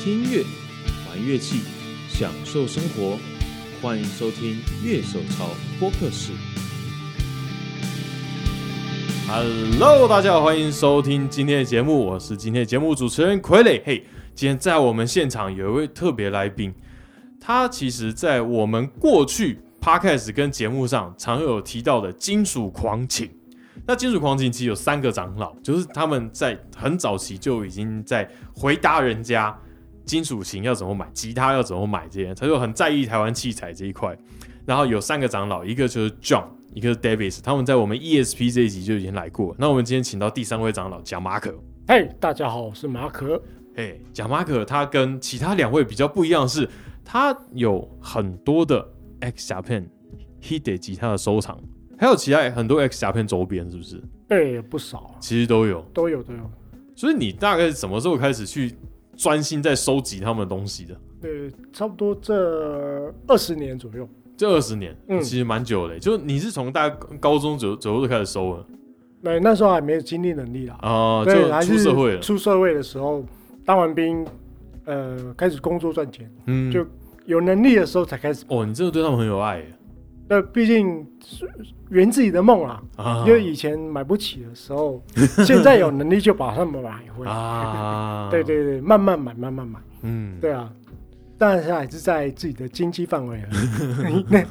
听音乐、玩乐器、享受生活，欢迎收听《乐手潮播客室》。Hello，大家好，欢迎收听今天的节目，我是今天的节目主持人傀儡。嘿，今天在我们现场有一位特别来宾，他其实在我们过去 podcast 跟节目上常有提到的金属狂琴。那金属狂琴其实有三个长老，就是他们在很早期就已经在回答人家金属琴要怎么买，吉他要怎么买这些，他就很在意台湾器材这一块。然后有三个长老，一个就是 John，一个是 Davis，他们在我们 ESP 这一集就已经来过。那我们今天请到第三位长老贾马可，嘿大家好，我是马可。哎，贾马可他跟其他两位比较不一样的是，他有很多的 X Japan Hide 吉他的收藏，还有其他很多 X Japan 周边，是不是？对，不少，其实都有。都有都有。所以你大概是什么时候开始去专心在收集他们的东西的？对，呃差不多这二十年左右。这二十年，嗯其实蛮久的。就是你是从大概高中左左右就开始收了对，那时候还没有经济能力啦。啊、对，就还出是社会了。出社会的时候，当完兵，呃，开始工作赚钱，嗯，就有能力的时候才开始。哦，你真的对他们很有爱耶那毕竟是圆自己的梦啦，啊因为以前买不起的时候， 现在有能力就把它们买回来。啊 对，对对，慢慢买，慢慢买。嗯，对啊，但是还是在自己的经济范围 嗯内。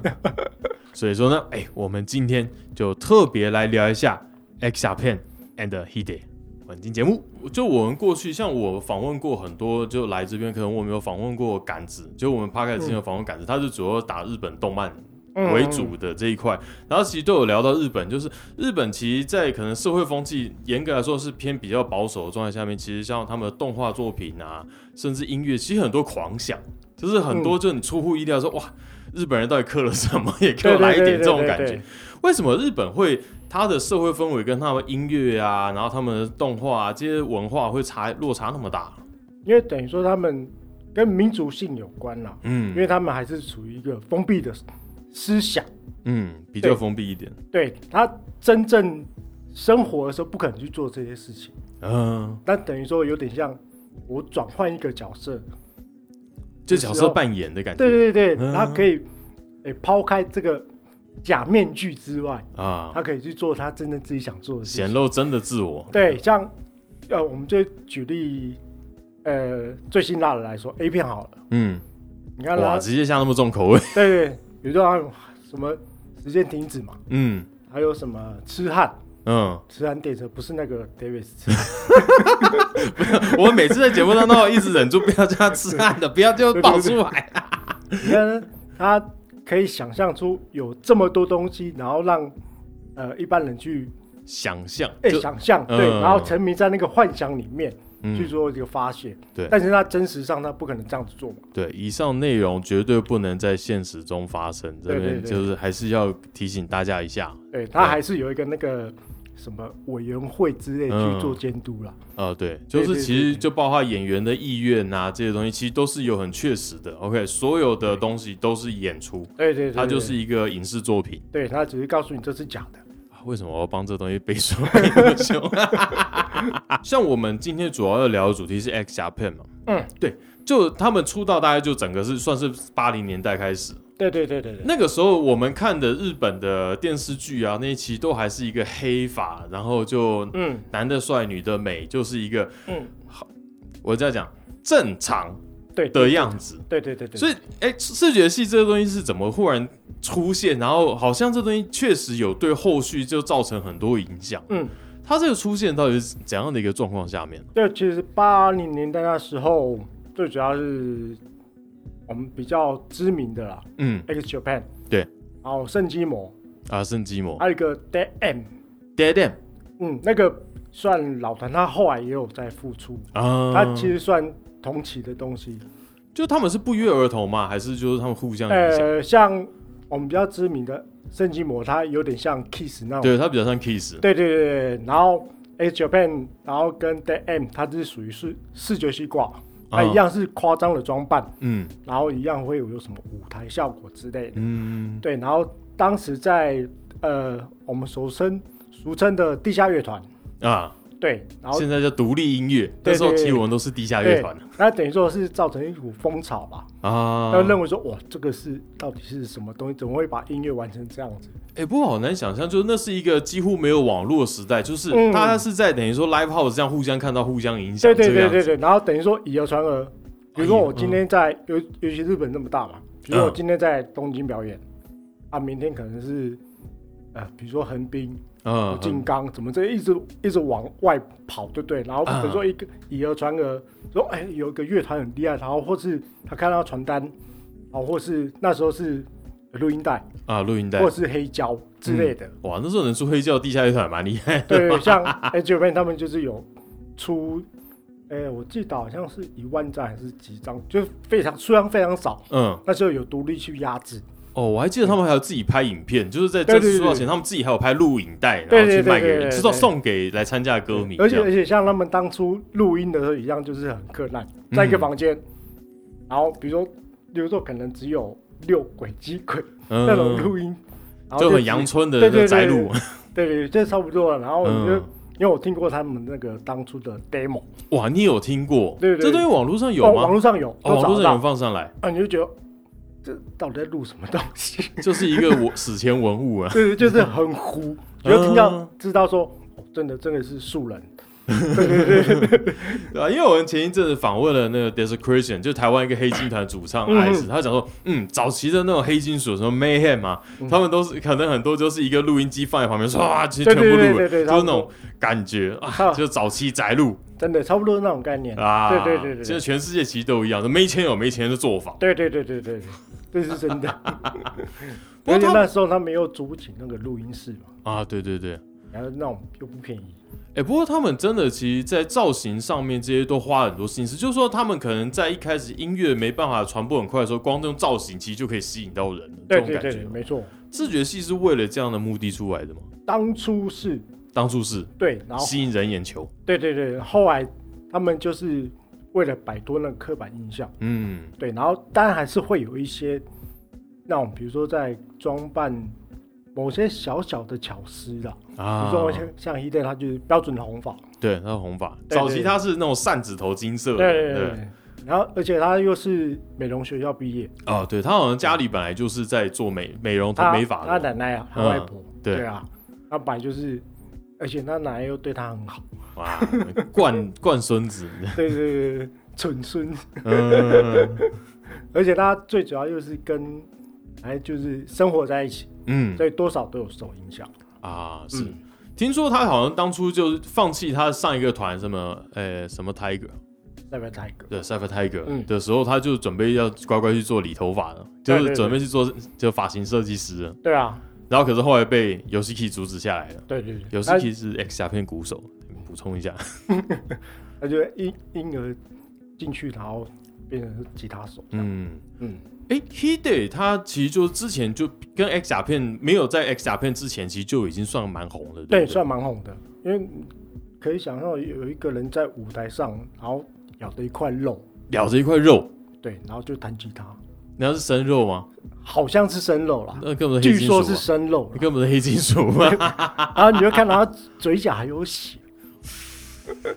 所以说呢，哎、我们今天就特别来聊一下 X Japan and Hide。本期节目，就我们过去像我访问过很多，就来这边可能我们有访问过杆子，就我们 p 开之前有访问杆子，他是主要打日本动漫嗯为主的这一块，然后其实都有聊到日本，就是日本其实，在可能社会风气严格来说是偏比较保守的状态下面，其实像他们的动画作品啊，甚至音乐，其实很多狂想，就是很嗯多就你出乎意料说、哇，日本人到底刻了什么，也给对，我对来一对点这对种对感对觉。为什么日本会它的社会氛围跟他们音乐啊，然后他们的动画啊这些文化会差落差那么大？因为等于说他们跟民族性有关啦，因嗯为他们还是处于一个封闭的思想，嗯，比较封闭一点。对他真正生活的时候不可能去做这些事情，嗯，但等于说有点像我转换一个角色，就角色扮演的感觉。对对对，嗯他可以诶抛开这个假面具之外，啊，他可以去做他真正自己想做的事显情。露真的自我。对，像呃，我们就举例，呃，最辛辣的来说，A 片好了，嗯，你看哇，他直接下那么重口味。对对，比如说还有什么时间停止嘛，嗯还有什么痴汉，嗯，痴汉电车不是那个 Davis 痴汉，我每次在节目当中我一直忍住不要叫他吃案 的，不要就爆出来。你看他可以想象出有这么多东西，然后让呃一般人去想象，哎、就想象对，嗯然后沉迷在那个幻想里面、去嗯，做这个发泄，对但是他真实上他不可能这样子做嘛，对，以上内容绝对不能在现实中发生，这对对边对就是还是要提醒大家一下。对对他还是有一个那个什么委员会之类嗯去做监督啦，呃，对，就对是对其实对就包括演员的意愿啊，这些东西其实都是有很确实的。OK，所有的东西都是演出，对对对它就是一个影视作品。对他只是告诉你这是假的，啊为什么我要帮这东西背书背那么 凶？像我们今天主要要聊的主题是 X 加 Pen 嘛，嗯，对，就他们出道大概就整个是算是八零年代开始，对对对对对，那个时候我们看的日本的电视剧啊，那一期都还是一个黑发，然后就嗯男的帅，女的美，就是一个嗯，我这样讲正常对的样子。对对对对，所以，哎、视觉系这个东西是怎么忽然出现？然后好像这东西确实有对后续就造成很多影响。嗯，它这个出现到底是怎样的一个状况下面？对，其实八零年代那时候最主要是我们比较知名的啦嗯， ，X Japan，对，然后圣基摩，啊，圣基摩还有一个 Dead M， ，Dead M 嗯，那个算老团，他后来也有在复出，啊，他其实算同期的东西。就他们是不约而同吗？还是就是他们互相影响？呃，像我们比较知名的圣基摩，它有点像 Kiss 那种，对，它比较像 Kiss。对对对对，然后 X Japan，然后跟 Dead M，它就是属于视视觉系挂，它一样是夸张的装扮。嗯然后一样会有什么舞台效果之类的。嗯对，然后当时在呃我们俗称俗称的地下乐团，啊，对，然后现在叫独立音乐，那对时候对其对实对我们都是地下乐对团，那等于说是造成一股风潮吧，啊。他、认为说哇，这个是到底是什么东西，怎么会把音乐玩成这样子？哎、不过好难想象，就是那是一个几乎没有网络的时代，就是嗯大家是在等于说 live house 这样互相看到、互相影响对这个对对样对子。对，然后等于说以讹传讹，比如说哎呦我今天在，尤、尤其日本那么大嘛，比如说我嗯今天在东京表演，啊，明天可能是呃，比如说横滨、嗯，静冈，怎么这一直一直往外跑，对不对？然后嗯比如说一个以讹传讹，说哎有一个乐团很厉害，然后或是他看到传单，然后或是那时候是录音带，啊，录音带或是黑胶之类的，哇，那时候能出黑胶的地下乐团蛮厉害的。 对，像 H Japan 他们就是有出，哎、我记得好像是一万张还是几张，就是非常数量非常少。嗯，那时候有独立去压制，哦，我还记得他们还有自己拍影片，就是在这对对次对出道前，他们自己还有拍录影带，然对后去对对卖给对人，对对知道对送给来参加的歌迷。而这且样而且像他们当初录音的时候一样，就是很困难，在一个嗯房间，然后比如说，比如说可能只有六轨几轨、嗯那种录音，然后就很只阳，春的对对那对宅对路，对对，这差不多了。然后我就、嗯，因为我听过他们那个当初的 demo，哇，你有听过？对对这对东西网络上有哦网吗？络上有，哦，都网找络上有得到人，放上来，啊，你就觉得这到底在录什么东 西？就是一个我史前文物啊。对，就是很糊，嗯你就听到知道说，哦真的真的是素人，对啊，因为我们前一阵子访问了那个 Desecration，就台湾一个黑金团主唱嗯 S，、他讲说，嗯，早期的那种黑金属，什么 Mayhem 啊，嗯他们都是可能很多就是一个录音机放在旁边，说啊，其实对全部录对了，对对对，就是那差不种多感觉差啊，不多就是早期宅录真的差不多那种概念，啊，对对对对对其实全世界其实都一样，没钱有没钱的做法。对对对对对，对这是真的。 不过而且他那时候他们又租不起那个录音室嘛，啊，对对对，然后那种又不便宜，哎、不过他们真的其实，在造型上面这些都花了很多心思。就是说，他们可能在一开始音乐没办法传播很快的时候，光用造型其实就可以吸引到人了。这对种对感对，觉哦对没错。视觉系是为了这样的目的出来的吗？当初是当初是对，然后吸引人眼球。对对对，后来他们就是为了摆脱那个刻板印象。嗯对，然后当然还是会有一些那种，比如说在装扮某些小小的巧思啦，比啊如说像像一代，他就是标准的红发，对，他红发，对对早期他是那种扇子头金色的，对对。然后，而且他又是美容学校毕业，哦，对他好像家里本来就是在做美美容头他美发他的，奶奶啊，他嗯外婆，对啊，他本来就是，而且他奶奶又对他很好，哇，惯 惯孙子，对对对对，蠢孙，嗯而且他最主要又是跟，哎，就是生活在一起，嗯所以多少都有受影响。啊是嗯。听说他好像当初就是放弃他上一个团什么，呃，什么 Tiger 代表他一个，对 Cypher Tiger、嗯的时候，他就准备要乖乖去做理头发了，就对是对准备去做就发型设计师了。对啊，然后可是后来被游戏 key 阻止下来了。对对对，游戏他 key 是 X 甲片鼓手，补充一下。他就因因而进去，然后变成是吉他手。嗯，嗯，哎，Hide 他其实就是之前就跟 X 甲片没有在 X 甲片之前，其实就已经算蛮红了，对，不对？算蛮红的，因为可以想象有一个人在舞台上，然后咬着一块肉，咬着一块肉，对，然后就弹吉他，那是生肉吗？好像是生肉啦，那根本是据黑金属说是啊，生肉那啦， 根本是黑金属嘛。然后你就看到他嘴角还有血，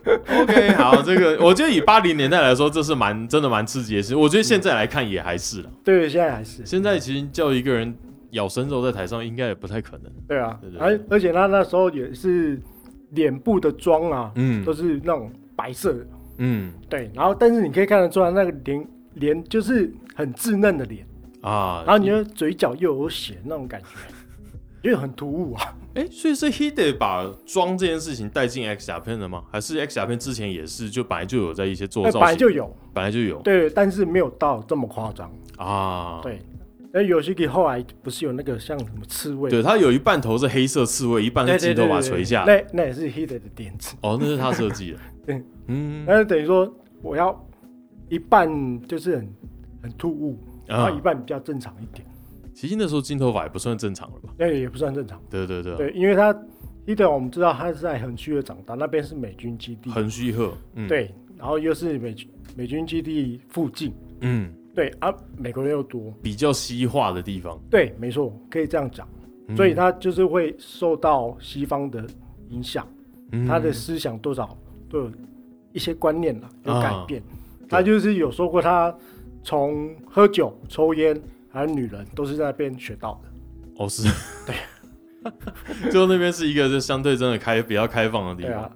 OK，好，这个我觉得以八零年代来说，这是蛮真的蛮刺激的事。我觉得现在来看也还是了。对，现在还是，现在其实叫一个人咬生肉在台上，应该也不太可能。对啊对对，而对而且他那时候也是脸部的妆啊，嗯都是那种白色的，嗯对，然后但是你可以看得出来那个脸脸就是很稚嫩的脸。啊，然后你的嘴角又有血那种感觉，因为很突兀啊。哎，所以是 Hide 把妆这件事情带进 X 甲片的吗？还是 X 甲片之前也是就本来就有在一些做哎，造型，本来就有，本来就有对，但是没有到这么夸张。啊？对，那游戏机后来不是有那个像什么刺猬，对，它有一半头是黑色刺猬，一半对，是对金对头发对垂下。那那也是 Hit 的点子。哦，那是他设计的。 对，嗯但是等于说我要一半就是很很突兀，然后一啊，半比较正常一点，其实那时候金头发也不算正常了吧？那也不算正常。对对对，对，因为他 Hit 我们知道他是在横区的长大，那边是美军基地，横须贺，嗯，，对，然后又是美军美军基地附近，嗯，对啊，美国人又多，比较西化的地方，对，没错，可以这样讲。嗯所以他就是会受到西方的影响，嗯他的思想多少都有一些观念了，有改啊变。他就是有说过，他从喝酒、抽烟还有女人，都是在那边学到的。哦是，对，最后那边是一个 就相对真的开比较开放的地对方啊，，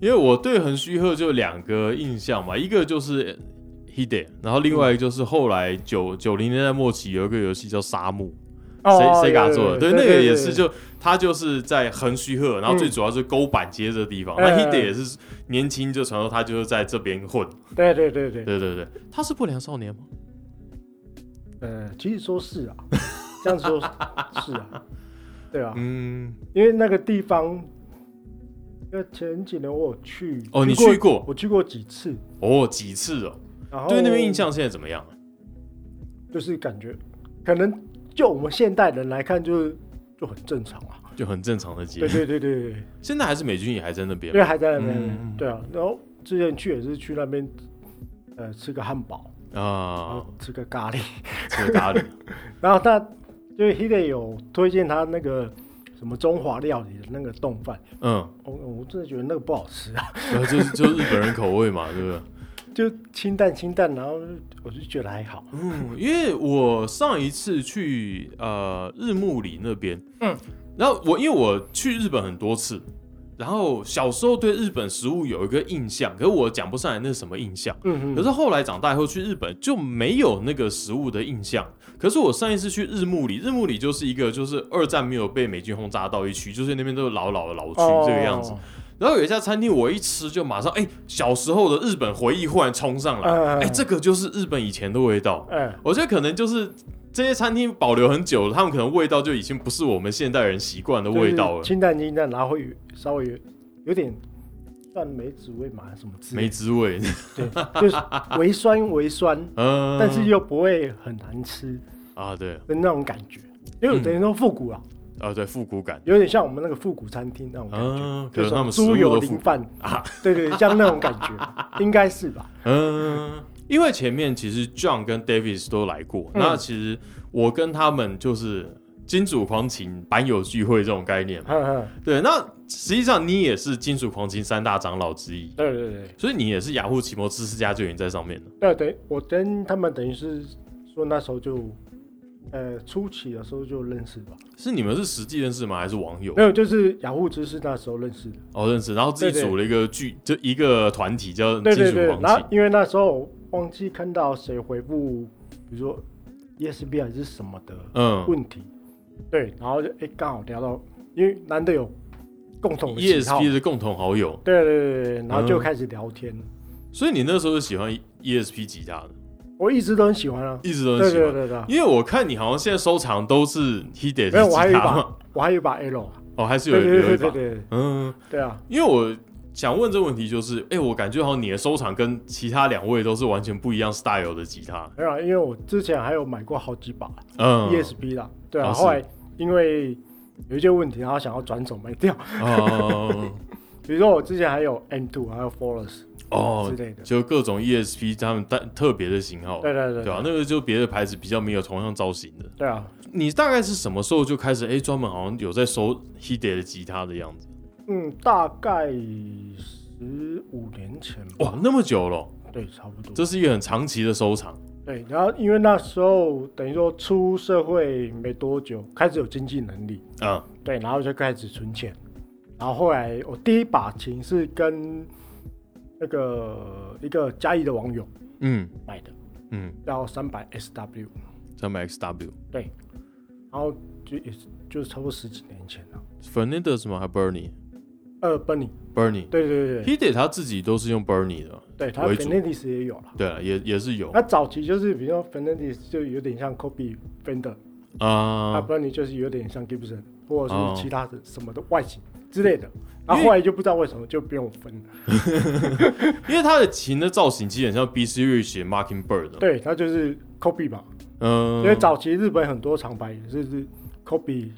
因为我对横须贺就两个印象嘛，一个就是 Hide，然后另外一个就是后来九九零年代末期有一个游戏叫沙漠。哦谁谁嘎做的？对，嗯那个也是，就他就是在横须贺，然后最主要是勾板街这个地方。那嗯 Hide 也是年轻就传说他就是在这边混，对对对对，对对对，他是不良少年吗？呃，其实说是啊， 这样子说是啊，对啊，嗯，因为那个地方，呃，前几年我有去，哦，你去过我去过几次，哦几次哦？然后对那边印象现在怎么样？就是感觉，可能就我们现代人来看，就是就很正常啊。就很正常的对街，对对对对，现在还是美军也还在那因边为吗还在那嗯嗯边，嗯对啊。然后之前去也是去那边，呃，吃个汉堡，然啊后，吃个咖喱， 这个咖喱然后他就是 Hide 有推荐他那个什么中华料理的那个冻饭，嗯，我、我真的觉得那个不好吃啊， 对就是就是日本人口味嘛，对不对？就清淡清淡，然后我就觉得还好。嗯，因为我上一次去呃日暮里那边，嗯，然后我因为我去日本很多次，然后小时候对日本食物有一个印象，可是我讲不上来那是什么印象。嗯可是后来长大以后去日本就没有那个食物的印象。可是我上一次去日暮里，日暮里就是一个就是二战没有被美军轰炸到一区，就是那边都是老老的老区这个样子。哦然后有一家餐厅，我一吃就马上哎、小时候的日本回忆忽然冲上来，哎、嗯这个就是日本以前的味道。嗯，我觉得可能就是这些餐厅保留很久了，他们可能味道就已经不是我们现代人习惯的的味道了，清淡清淡，然后会有稍微有有点算梅子味嘛，什么之类没的，滋味。对，就是微酸微酸，嗯，但是又不会很难吃啊，对的那种感觉，因为嗯等于说复古啊，啊，对复古感有点像我们那个复古餐厅那种感觉，啊，可就能是他们食物猪都油复淋古。饭啊，对对，像那种感 觉，应该是吧？嗯，因为前面其实 John 跟 Davis 都来过，嗯那其实我跟他们就是金主狂情版友聚会这种概念嘛。嗯嗯，对，那实际上你也是金属狂情三大长老之一，对对对所以你也是雅虎奇摩知识家就已经在上面了。对，等于我跟他们等于是说那时候就。呃，初期的时候就认识吧，是你们是实际认识吗？还是网友没？有，就是雅虎知识那时候认识的。哦，认识，然后自己对对组了一个剧，就一个团体叫金对对对属，然狂后情。因为那时候忘记看到谁回复，比如说 ESB 还是什么的嗯问题，对，然后就哎刚、好聊到，因为难得有共同的喜好， ，ESP 的共同好友，对对对对，然后就嗯开始聊天。所以你那时候是喜欢 ESP 吉他的，我一直都很喜欢啊，一直都对很喜对欢。对对，因为我看你好像现在收藏都是 Hide 的没有我还吉有一他把嘛，我还有一把 L，啊哦，还是有对对有一对对把。对嗯，对啊，因为我想问这个问题，就是，哎，我感觉好像你的收藏跟其他两位都是完全不一样 style 的吉他。没有啊，因为我之前还有买过好几把嗯 ESB 啦，对哦啊，是后来因为有一些问题，然后想要转手卖掉，哦比如说我之前还有 M2，还有 Forest 哦之，类的，就各种 ESP 他们特特别的型号，对对对哦对吧、对那个就别的牌子比较没有同样造型的。对啊，你大概是什么时候就开始哎，专门好像有在收 Hide 的吉他的样子？嗯，大概十五年前吧，哇，那么久了哦，对，差不多。这是一个很长期的收藏。对，然后因为那时候等于说出社会没多久，开始有经济能力，嗯对，然后就开始存钱。然后后来我第一把琴是跟那个一个嘉义的网友嗯买的，嗯，叫三百 SW，三百 XW 对，然后就也是就是差不多十几年前了。 Fernandez 吗？还 Bernie？Bernie 呃，Bernie，对对对 Hide 他自己都是用 Bernie 的，对，他为主 Fernandez 也有了。对啊，也也是有那早期就是比较 Fernandez 就有点像 Kobe Fender，啊，啊。不然你就是有点像 Gibson 或者哦是其他的什么的外形之类的。嗯然后后来就不知道为什么就不用分了，因为他的琴的造型其实很像 B Series 写 Marking Bird 的，对，它就是 Kobe 嘛。嗯，因为早期日本很多厂牌也是是 Kobe，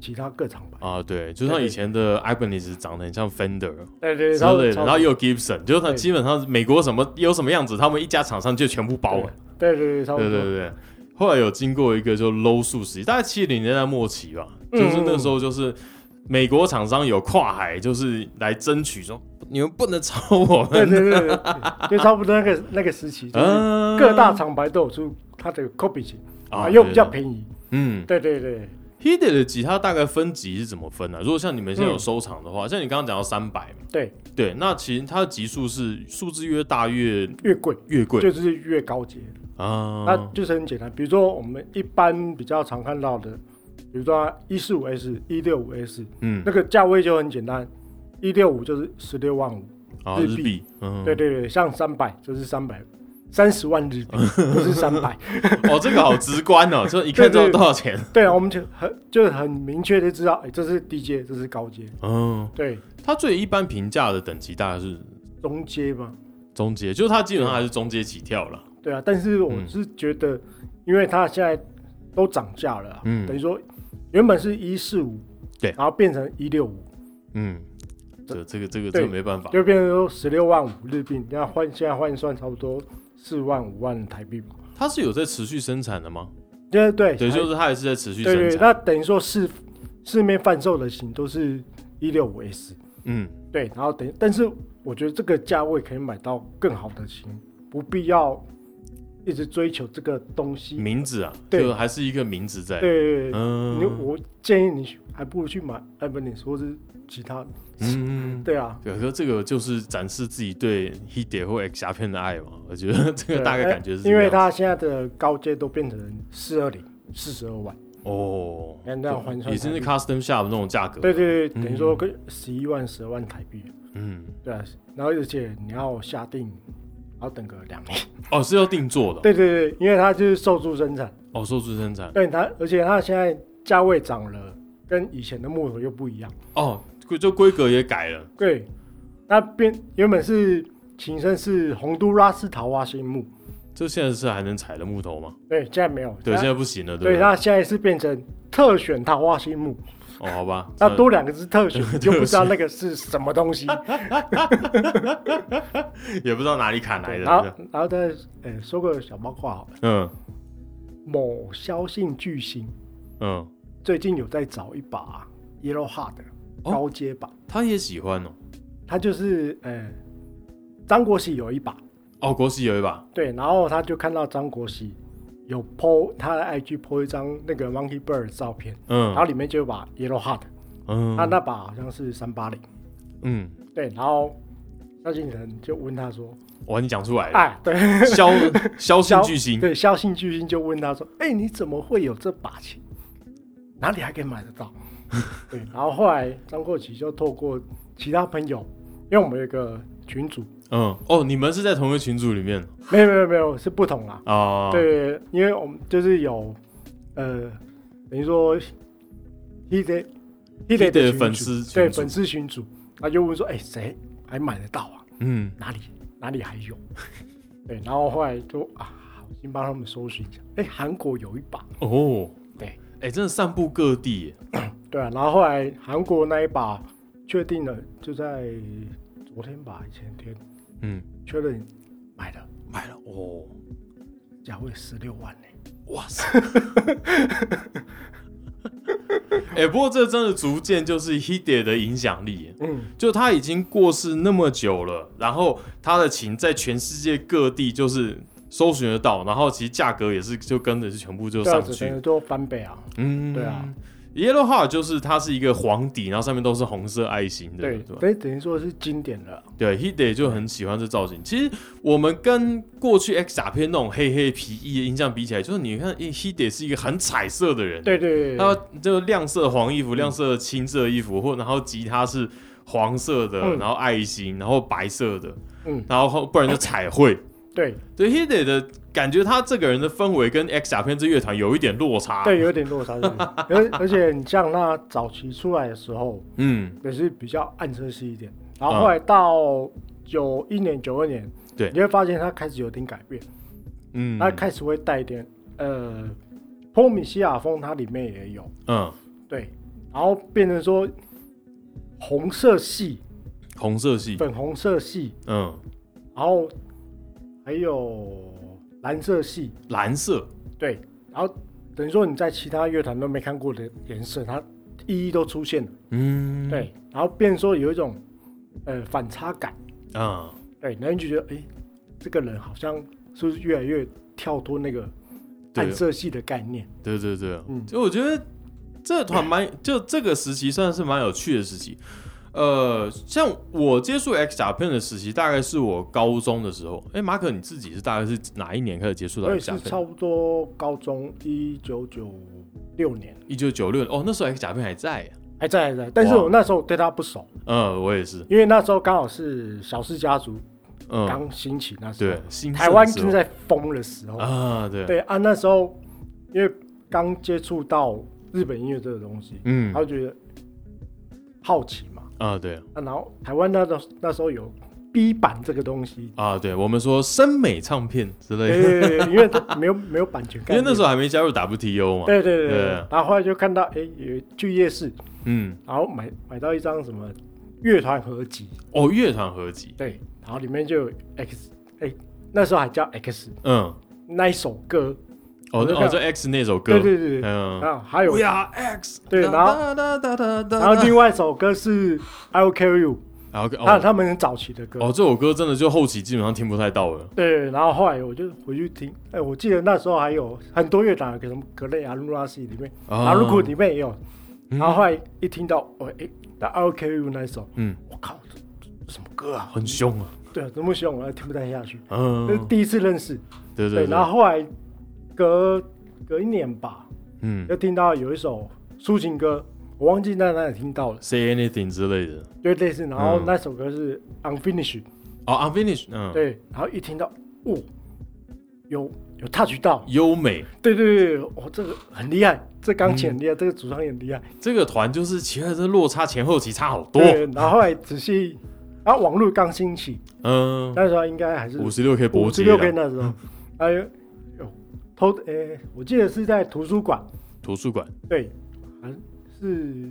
其他各厂牌。啊，对，就像以前的 i b a n e z 长得很像 Fender 对对，之然后类的，然后对也有 Gibson，就是他对基本上美国什么有什么样子，他们一家厂商就全部包了。对对对，差不对对多。对对，后来有经过一个就 low 数时期，大概七零年代末期吧，嗯就是那时候就是美国厂商有跨海，就是来争取说你们不能抄我对们。对对对，对就差不多那个那个 时期，就是嗯各大厂牌都有出它的 copy 型啊，啊又比较对便宜。嗯对对对， ，Hide 的吉他大概分级是怎么分呢、啊如果像你们现嗯在有收藏的话，像你刚刚讲到三百嘛，对，对，那其实它的级数是数字越大越越贵越贵就是越高阶，啊。那就是很简单。比如说我们一般比较常看到的，比如说一四五 S、一六五 S，嗯那，个价位就很简单，一六五就是十六万五，啊，日日币币，嗯，对对对，像三百就是三百。三十万日币不是三 百，哦，这个好直观哦，就一看知道多少 钱。对啊，我们就很就是很明确的知道，哎、这是低阶，这是高阶，嗯，对，它最一般评价的等级大概是中阶嘛，中阶，就是它基本上还是中阶起跳了。对啊。但是我嗯是觉得，因为它现在都涨价了啊、嗯等于说原本是一四五，对然后变成一六五，嗯，这这个这个对这个没办法。就变成说十六万五日币，那换现在换算差不多四万五万台币吧。它是有在持续生产的吗？对对对，还就是它也是在持续对生对，产。那等于说市市面贩售的型都是一六五 S，嗯，对，然后等，但是我觉得这个价位可以买到更好的型，不必要一直追求这个东西。名字啊，对就还是一个名字在。对，你嗯，我建议你还不如去买 a b a n e 或是其他。嗯，对啊，对，可这个就是展示自己对 h i d e 或 X 鸦片的爱嘛。我觉得这对个啊大概哎感觉是这因样，为它现在的高阶都变成四二零、四十二万，哦，哎那那换算也是台那币 custom shop 那种价格。对，对对，嗯等于说跟十一万、十二万台币，嗯，对啊，然后而且你要下定，然后等个两年。哦，是要定做的哦。对对对，因为它就是受助生产，哦，受助生产。对它，而且它现在价位涨了，跟以前的木头又不一样。哦，规就规格也改了。对，那边原本是琴声是洪都拉斯桃花心木，这现在是还能采的木头吗？对，现在没有。对，它现在不行了，对哎对，不对？它现在是变成特选桃花心木，哦，好吧，那多两个字特选，你就特不知道那个是什么东西。也不知道哪里砍来对的。然后 对不对，然后再呃说个小八卦好了，嗯某肖姓巨星嗯，最近有在找一把 Yellow Hard 的哦高阶把，他也喜欢哦。他就是呃张国喜有一把，哦，国玺有一把，对，然后他就看到张国喜有 po 他的 IG po 一张那个 Monkey Bird 的照片，然后嗯里面就有把 Yellow Hard，嗯，他那把好像是三八零，嗯，对，然后萧敬腾就问他说，哇，你讲出来了，哎，对，肖 肖姓萧巨星，对，萧姓巨星就问他说，哎，你怎么会有这把琴？哪里还可以买得到？ 对，然后后来张国喜就透过其他朋友，因为我们有一个群主，嗯，哦，你们是在同一个群组里面没有没有没有，是不同啦。啊？，对，因为我们就是有呃，等于说 h i d e h i d e 的 Hide 群组粉丝群对组粉丝群主，他就问说，哎、谁还买得到啊？嗯，哪里哪里还有？ 对，然后后来就啊，好心帮他们搜寻一下，哎、韩国有一把，哦，对，哎，真的散布各地耶，对啊，然后后来韩国那一把确定了，就在昨天吧，前天嗯，确认买了，买了哦，价位十六万呢、哇塞！ 哎、不过这真的逐渐就是 Hide 的影响力耶，嗯，就他已经过世那么久了，然后他的琴在全世界各地就是搜寻得到，然后其实价格也是就跟着就全部就这样上子去等，于就翻倍啊，嗯，对啊。 Yellow Heart 就是它是一个黄底，然后上面都是红色爱心的，对，对吧等于等于说是经典了。对 h i d e 就很喜欢这造型。其实我们跟过去 X 甲片那种黑黑皮衣的印象比起来，就是你看 h i d e 是一个很彩色的人，对对对它对，就亮色黄衣服、亮色青色衣服，或然后吉他是黄色的，嗯然后爱心，然后白色的，嗯，然后后不然就彩绘。对对 Hide 的感觉，他这个人的氛围跟 X 甲片这乐团有一点落差。，对，有点落差， 对而而且你像他早期出来的时候嗯，也是比较暗色系一点，然后后来到九一年、九二年，对你会发现他开始有点改变，嗯，他开始会带一点呃，波米西亚风，它里面也有嗯对，然后变成说红色系、红色系，粉红色系，嗯，然后还有蓝色系，蓝色，对，然后等于说你在其他乐团都没看过的颜色，它意义都出现了，嗯，对，然后变成说有一种呃反差感，啊，对，然后你就觉得哎、诶这个人好像是不是越来越跳脱那个对暗色系的概念？对对对，嗯就我觉得这团蛮，就这个时期算是蛮有趣的时期。呃，像我接触 X 甲片的时期，大概是我高中的时候。哎、马可，你自己是大概是哪一年开始接触到我也 X 甲是片？差不多高中一九九六年一九九六哦，那时候 X 甲片还在。还在还在，但是哇我那时候对他不熟，嗯，我也是。因为那时候刚好是小氏家族嗯，刚兴起那时候，对，新台湾正正在疯的时候，啊，对，对啊，那时候因为刚接触到日本音乐这个东西，嗯然，后觉得好奇嘛，啊，对，，啊、然后台湾那时候那时候有 B 版这个东西啊，对，我们说森美唱片之类的，对对对，因为它没有没有版权概因为念，那时候还没加入 WTO 嘛。对对对对，对然后后来就看到哎、有去夜市，嗯，然后买买到一张什么乐团合集，哦，乐团合集，对，然后里面就有 X，哎、那时候还叫 X 嗯，那一首歌，哦，我就那哦，看这 X 那首歌，对对对对，嗯，然后还有 We are X。对然后然然后另外一首歌是 I Will Carry You，然后他哦他们很早期的歌。哦，这首歌真的就后期基本上听不太到了。对，然后后来我就回去听，哎，我记得那时候还有很多乐团，什么格雷阿努拉西里面，阿鲁库里面也有。哦嗯然后后来一听到，哦，哎，那 I Will Carry You 那一首，嗯，我靠，这这什么歌啊？很凶啊，对啊，怎么喜欢我还听不太下去，这是嗯，第一次认识。对对，对，然后后来隔隔一年吧，嗯又听到有一首抒情歌，我忘记在哪里听到了， ，Say Anything 之类的。就类似，然后嗯那首歌是 Unfinished。哦，Unfinished，嗯，，对，然后一听到，哦，有有 touch 到，优美对对对，哦，这个很厉害，这钢琴很厉害，这个主唱也很厉害，这个团就是其实这落差前后期差好多，对，然后后来仔细，然啊后网络刚兴起，嗯，那时候应该还是五十六 K 五搏十击，六 K 那时候，哎呦，有偷，呃、我记得是在图书馆，图书馆，对，还是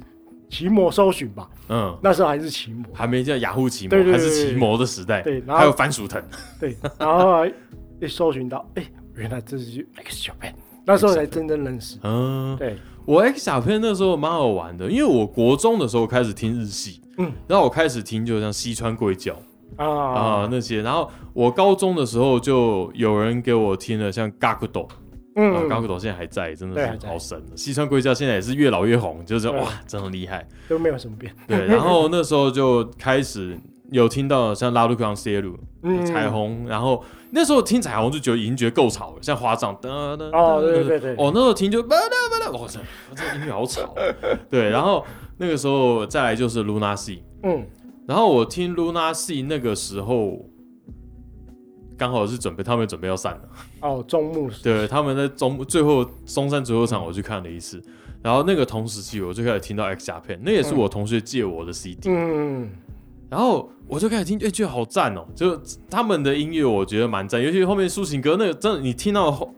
奇摩搜寻吧，嗯，那时候还是奇摩，还没叫雅虎奇对摩，对还对是对奇摩的时代，对然后还有番薯藤，对，然后后来一搜寻到，哎、原来这是 X Japan，那时候才真正认识，嗯，对，我 X 小片那时候蛮好玩的，因为我国中的时候开始听日系，嗯然后我开始听就像西川贵教啊、啊，那些，然后我高中的时候就有人给我听了像 Gakudo，啊嗯， ，Gakudo 现在还在，真对的还是在好神的。啊西川贵教现在也是越老越红，就是对哇，真的厉害。都没有什么变。对，然后那时候就开始有听到像拉鲁克昂西鲁、嗯彩虹，然后那时候听彩虹就觉得已经觉得够吵了，像花仗，噔噔噔哦，对对对，哦，那时候听就巴拉巴拉，哇塞，这个音乐好吵。对，然后那个时候再来就是 Luna C，嗯，然后我听 Luna C 那个时候刚好是准备他们准备要散了，哦，中目对，他们在中最后松山足球场我去看了一次，然后那个同时期我就开始听到 X 甲片，那也是我同学借我的 CD，、嗯，然后我就开始听，哎、觉得好赞哦、就他们的音乐我觉得蛮赞，尤其后面抒情歌那个真的，你听到后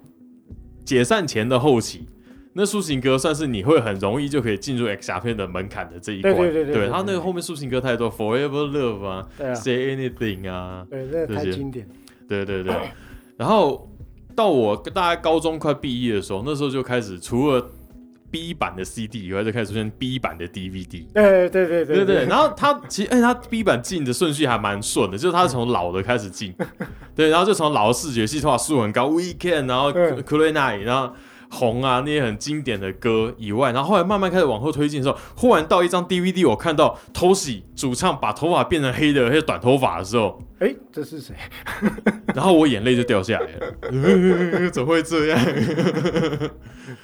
解散前的后期，那抒情歌算是你会很容易就可以进入 X 甲片的门槛的这一关。对对对对对对他那个后面抒情歌太多，Forever Love 啊对啊， ，Say Anything 啊，对，那个太这些经典，对对对。然后到我大概高中快毕业的时候，那时候就开始除了 B 版的 CD 以外，就开始出现 B 版的 DVD。对对对对对对，，然后他其实，哎、他 B 版进的顺序还蛮顺的，就是他是从老的开始进，对，然后就从老的视觉系统素很高，Weekend，然后嗯 c l a n i 然后红啊那些很经典的歌以外，然后后来慢慢开始往后推进的时候，忽然到一张 DVD，我看到 Toshi 主唱把头发变成黑的，而且短头发的时候，哎，这是谁？然后我眼泪就掉下来了，嗯怎么会这样？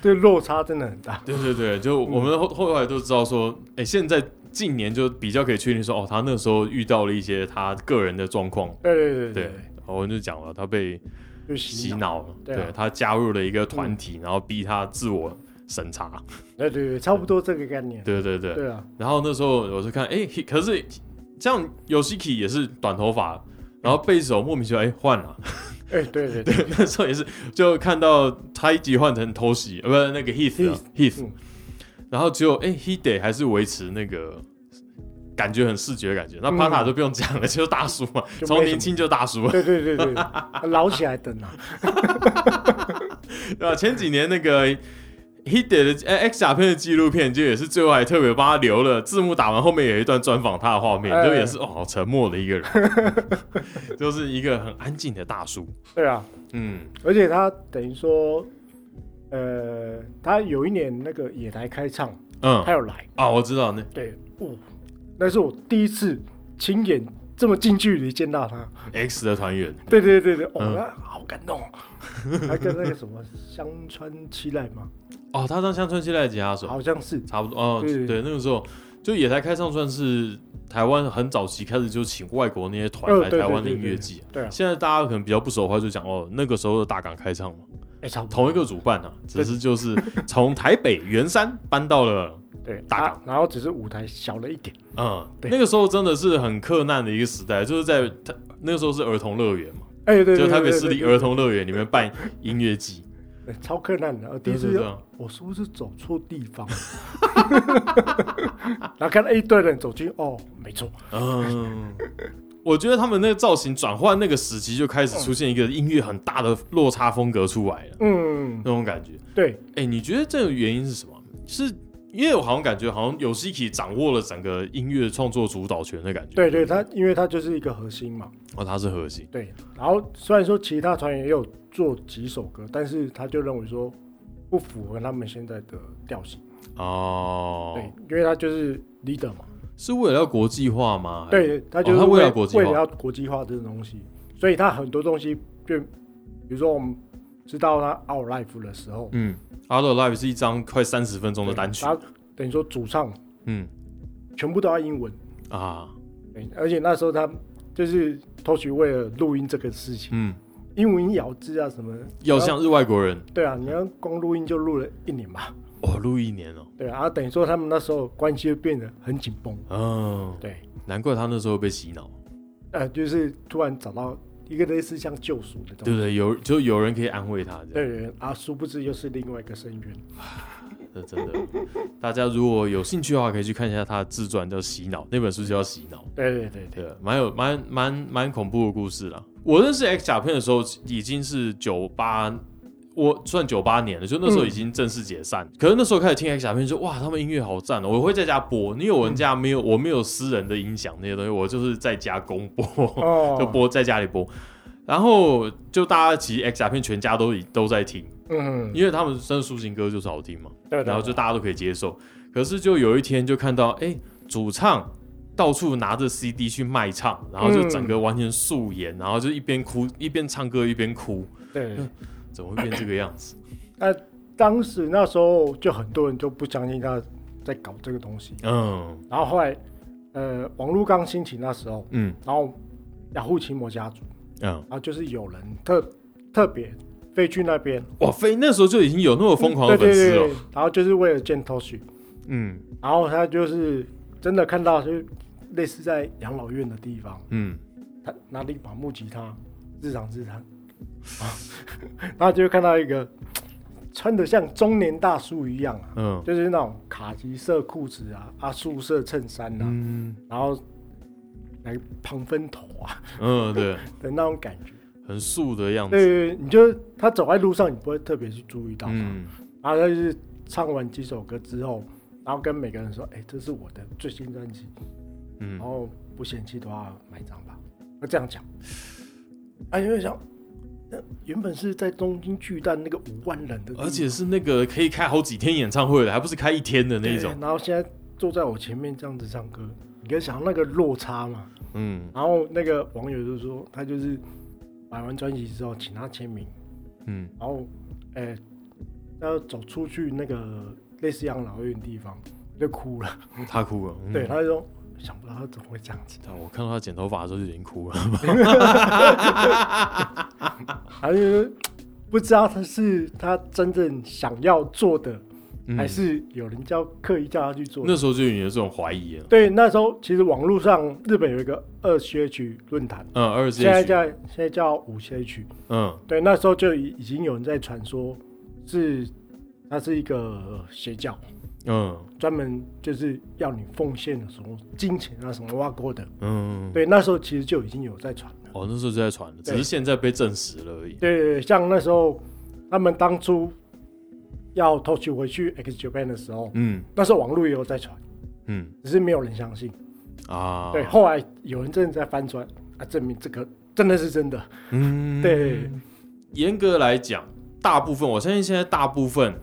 这落差真的很大，对对对，就我们后后来都知道说，哎，现在近年就比较可以确定说，哦，他那时候遇到了一些他个人的状况，对对对对，我们就讲了，他被就洗洗脑，脑了，对啊嗯对他加入了一个团体，然后逼他自我审查，对对对，差不多这个概念，对对对。对啊，然后那时候我就看，哎，可是像 Yoshiki 也是短头发，然后贝手莫名其妙哎换 了，哎，对对对，那时候也是就看到他一集换成偷袭，呃，不是那个 Heath 啊 Heath，嗯然后只有哎 He d a 还是维持那个感觉很视觉的感觉，那嗯 Pata 就不用讲了， 就是大叔嘛，就没什么从年轻就大叔了，对对对对，老起来等啊，啊对吧？前几年那个 Hide 的呃 X 甲片的纪录片，就也是最后还特别帮他留了字幕，打完后面有一段专访他的画面，哎就也是哦，好沉默的一个人， 就是一个很安静的大叔。对啊，嗯，而且他等于说，呃，他有一年那个也来开唱，嗯他有来，啊，我知道那对，哦，那是我第一次亲眼这么近距离见到他， X 的团员，对对对对，哦，嗯那好感动哦，他跟那个什么香川七濑吗？哦，他当乡村期待的吉他手，好像是，差不多哦，对对，那个时候就野台开唱算是台湾很早期开始就请外国那些团呃来对台湾的对对音乐对季。对啊，现在大家可能比较不熟的话，就讲哦，那个时候的大港开唱嘛，哎，差不多同一个主办啊，只是就是从台北圆山搬到 了，对大啊然后只是舞台小了一点，嗯，对那个时候真的是很克难的一个时代，就是在他那个时候是儿童乐园嘛，哎，对，对就台北对市立对儿童乐园里面办音乐季， 对超困难的，我呃第一就是啊次这样，我是不是走错地方？ 然后看到一堆人走进，哦，没错，嗯。我觉得他们那个造型转换那个时期就开始出现一个音乐很大的落差风格出来了，嗯那，种感觉。对，哎、你觉得这个原因是什么？是因为我好像感觉好像有 s i k i 掌握了整个音乐创作主导权的感觉。对对，他因为他就是一个核心嘛，哦，他是核心。对。然后虽然说其他团员也有做几首歌，但是他就认为说不符合他们现在的调性，哦对，，因为他就是 leader 嘛，是为了要国际化吗？还是，对，他就是他为为了国际化为了要国际化这种东西，所以他很多东西就，比如说我们知道他 Our Life 的时候，嗯，Out of Life 是一张快三十分钟的单曲。他等于说主唱嗯全部都要英文。啊，对，而且那时候他就是偷取为了录音这个事情，嗯，英文咬字啊什么的，要像是外国人对啊，你要光录音就录了一年吧，哦，录一年哦。对啊，然后等于说他们那时候关系就变得很紧绷，嗯，对，难怪他那时候被洗脑，呃，就是突然找到一个类似像救赎的对东不西，对？有就有人可以安慰他，这样对对啊，殊不知又是另外一个深渊，这真的。大家如果有兴趣的话，可以去看一下他的自传，叫《洗脑》，那本书就叫《洗脑》。对对对对，对，蛮有蛮蛮蛮恐怖的故事啦。我认识 X 甲片的时候已经是九八，我算九八年了，就那时候已经正式解散。可是那时候开始听 X 甲片就，哇，他们音乐好赞哦、我会在家播，因为我们家没有、我没有私人的音响那些东西，我就是在家公播，哦，就播在家里播。然后就大家其实 X 甲片全家都已都在听，嗯，因为他们真的抒情歌就是好听嘛。对对对然后就大家都可以接受。可是就有一天就看到，哎、主唱到处拿着 CD 去卖唱，然后就整个完全素颜，然后就一边哭一边唱歌一边哭，对嗯对对，怎么会变这个样子？那当时那时候就很多人就不相信他在搞这个东西，嗯然后后来，呃，网络刚兴起那时候。嗯然后雅虎奇摩家族，嗯，然后就是有人特特别飞去那边，哇，飞那时候就已经有那么疯狂的对粉对丝哦对了对，，然后就是为了见 Toshi，嗯然后他就是真的看到就是类似在养老院的地方，嗯，他拿了一把木吉他，自弹自弹， 然后就看到一个穿的像中年大叔一样啊，嗯就是那种卡其色裤子啊，啊素色衬衫啊，嗯然后来旁分头啊 嗯，对，的那种感觉。很素的样子，对，你就他走在路上，你不会特别去注意到他。嗯然后他就是唱完几首歌之后，然后跟每个人说：“哎、这是我的最新专辑，嗯然，后不嫌弃的话买一张吧。”那这样 讲，啊，你会想，那原本是在东京巨蛋那个五万人的地方，而且是那个可以开好几天演唱会的，还不是开一天的那一种对，然后现在坐在我前面这样子唱歌，你可以想到那个落差嘛。嗯然后那个网友就说，他就是买完专辑之后，请他签名。嗯然后，呃，要走出去那个类似养老院的地方，我就哭了。他哭了，嗯对，他就说想不到他怎么会这样子，但我看到他剪头发的时候就已经哭了。他就说不知道他是他真正想要做的，嗯还是有人叫刻意叫他去做的。那时候就有这种怀疑了。对，那时候其实网络上日本有一个二 C H 论坛，嗯，二十现在岁叫现在叫五 C H。嗯对，那时候就已已经有人在传说是它是一个邪教。嗯专门就是要你奉献的什么金钱啊，什么挖沟的。嗯，对，那时候其实就已经有在传了。哦，那时候就在传了，只对是现在被证实了而已。对对对，像那时候他们当初要偷取回去 X Japan 的时候，嗯那时候网络也有在传，嗯只是没有人相信。啊，对，，后来有人真的在翻船啊，证明这个真的是真的。嗯，对，严格来讲，大部分我相信现在大部分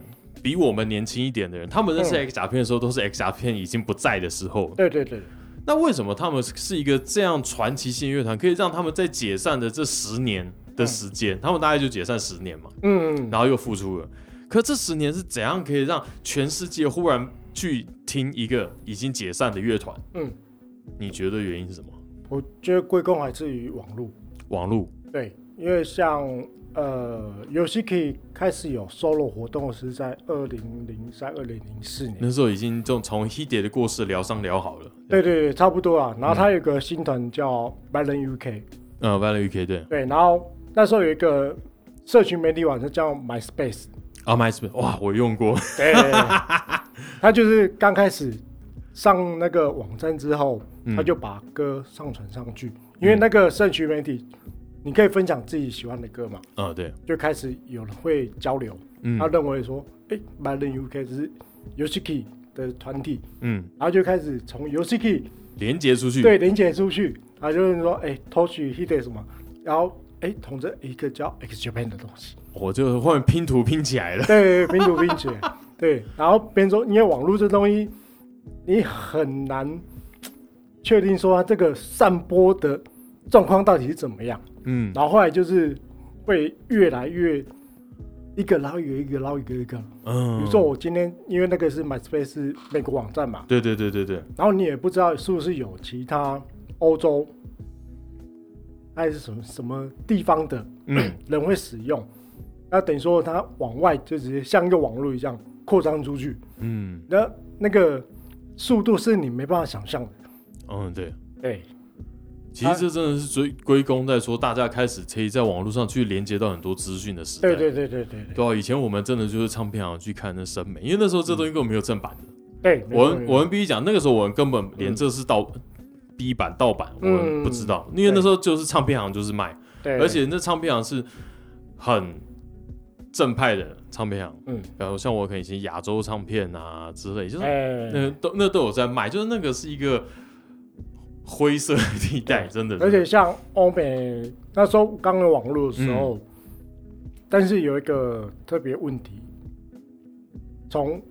比我们年轻一点的人，他们认识嗯 X 甲片的时候，都是 X 甲片已经不在的时候了。对对对，那为什么他们是一个这样传奇性乐团，可以让他们在解散的这十年的时间，他们大概就解散十年嘛，嗯，然后又复出了。可这十年是怎样可以让全世界忽然去听一个已经解散的乐团？嗯，你觉得原因是什么？我觉得归功还是于网络。网络，对，因为像呃，游戏可以开始有 solo 活动是在二零零三、二零零四年。那时候已经就从 Hide 的过世疗伤疗好了。对对对，差不多啊。然后他有个新团叫 Violent UK，、嗯 v a l e UK 对对，然后那时候有一个社群媒体网站叫 MySpace，啊 MySpace，哇，我用过。 对，他就是刚开始上那个网站之后，嗯他就把歌上传上去，因为那个社群媒体，你可以分享自己喜欢的歌嘛，嗯，对，就开始有人会交流，嗯他认为说，哎、m y l n UK 这是 Yoshiki 的团体，嗯，然后就开始从 Yoshiki 连接出去，，对连接出去，他就是说，哎、t o s h i Hide 什么，然后。哎，同着一个叫 X Japan 的东 西，我就后面拼图拼起来了。对，拼图拼起来，对，然后边说，因为网络这东西，你很难确定说它这个散播的状况到底是怎么样。嗯，然后后来就是会越来越一个，然后有一个，然后一个一个。比嗯，如说我今天因为那个是 MySpace 是美国网站嘛，对对对对对，然后你也不知道是不是有其他欧洲还是什么什么地方的嗯， 人会使用，那等于说它往外就直接像一个网络一样扩张出去，嗯，那那个速度是你没办法想象的。嗯，对。对其实这真的是追归功在说，大家开始可以在网络上去连接到很多资讯的时代。对对对对对对对啊，以前我们真的就是唱片行去看那审美，因为那时候这东西根本没有正版的。对，我嗯没们错我们必须讲，那个时候我们根本连嗯这是盗 B 版盗版，我嗯们不知道，因为那时候就是唱片行就是卖，对，而且那唱片行是很正派的唱片行，嗯，然后像我可能以前亚洲唱片啊之类，就是哎，那都那都有在卖，就是那个是一个灰色地带，对真的。而真且的像欧美那时候刚有网络的时嗯候，但是有一个特别问题，从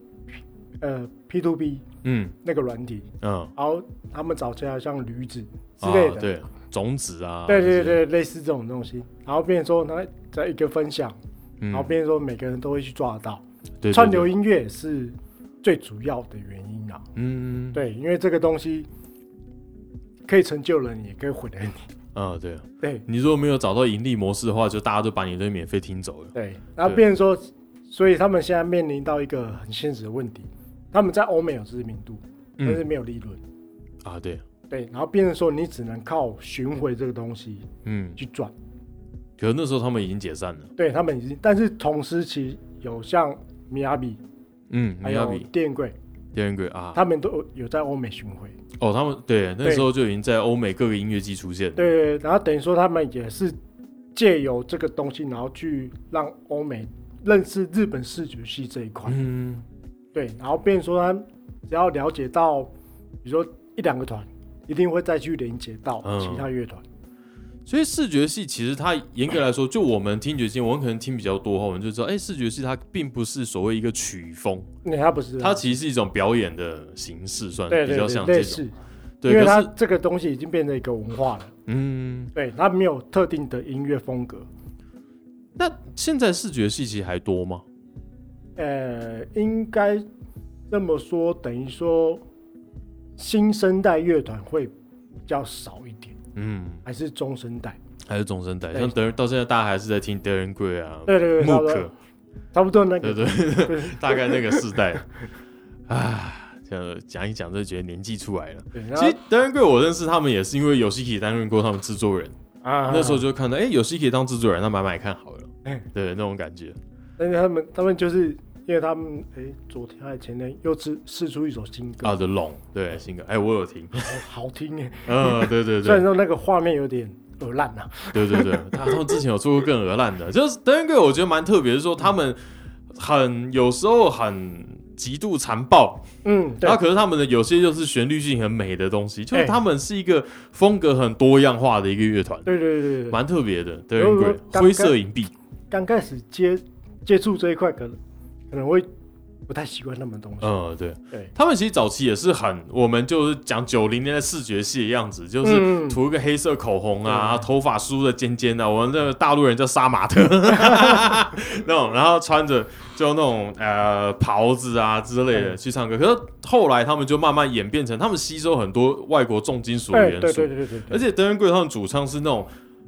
呃 P to P 嗯那个软体，嗯然后他们找其他像驴子之啊类的，对种子啊，对对这些，对，类似这种东西，然后变成说他在一个分享，然后嗯，变成说每个人都会去抓得到，对串流对音乐也是最主要的原因啦。嗯对，因为这个东西可以成就人，也可以毁了你。啊对，对你如果没有找到盈利模式的话，就大家都把你的免费听走了。对，然后对变成说，所以他们现在面临到一个很现实的问题，他们在欧美有知名度，但是嗯没有利润。啊对，对，然后变成说你只能靠巡回这个东西嗯，去赚。可是那时候他们已经解散了，对他们已经，但是同时期有像米亚比嗯，还米亚有比、电轨，电音鬼啊，他们都有在欧美巡回。哦，他们对那对时候就已经在欧美各个音乐季出现了。对对，对然后等于说他们也是借由这个东西，然后去让欧美认识日本视觉系这一块。嗯对，然后变成说他只要了解到，比如说一两个团，一定会再去连接到嗯其他乐团。所以视觉系其实它严格来说，就我们听觉系，我们可能听比较多后，我们就知道，哎、视觉系它并不是所谓一个曲风，那、他不是啊，它其实是一种表演的形式，算对比对较对像类这种。似，因对，为它可是这个东西已经变成一个文化了。嗯，对，它没有特定的音乐风格。那现在视觉系其实还多吗？呃，应该这么说，等于说新生代乐团会比较少一点，嗯，还是中生代？还是中生代，对像德到现在大家还是在听德仁贵啊、对对对，差木不可多，差不多那对个。对，对 大概那个世代。 啊，这讲一讲就觉得年纪出来了。对，然后其实德仁贵我认识他们也是因为游戏体担任过他们制作人。啊那时候，就看到，哎、有戏可以当制作人，那买买看好了。哎对，那种感觉。但是他们他们就是因为他们哎，昨天还前天又试试出一首新歌，啊，The Long，对，新歌，哎、我有听。 哦好听耶。嗯，对对虽然对，说那个画面有点耳烂啊，对对对，他他们之前有做过更鹅烂的，就是 d a n g 我觉得蛮特别，是说他们很有时候很极度残暴，嗯，对然后，啊可是他们的有些就是旋律性很美的东西，就是哎他们是一个风格很多样化的一个乐团，对对对对对，蛮特别的。对，如果 Grey，刚灰色银币，刚开始接接触这一块，可能可能会不太习惯他们的东西，嗯，对，对，他们其实早期也是很，我们就是讲九零年代视觉系的样子，就是嗯涂一个黑色口红啊，对头发梳的尖尖的，我们这个大陆人叫杀马 特那种，然后穿着就那种呃袍子啊之类的嗯去唱歌。可是后来他们就慢慢演变成，他们吸收很多外国重金属哎元对素对，对对对，而且德仁贵他们主唱是那种，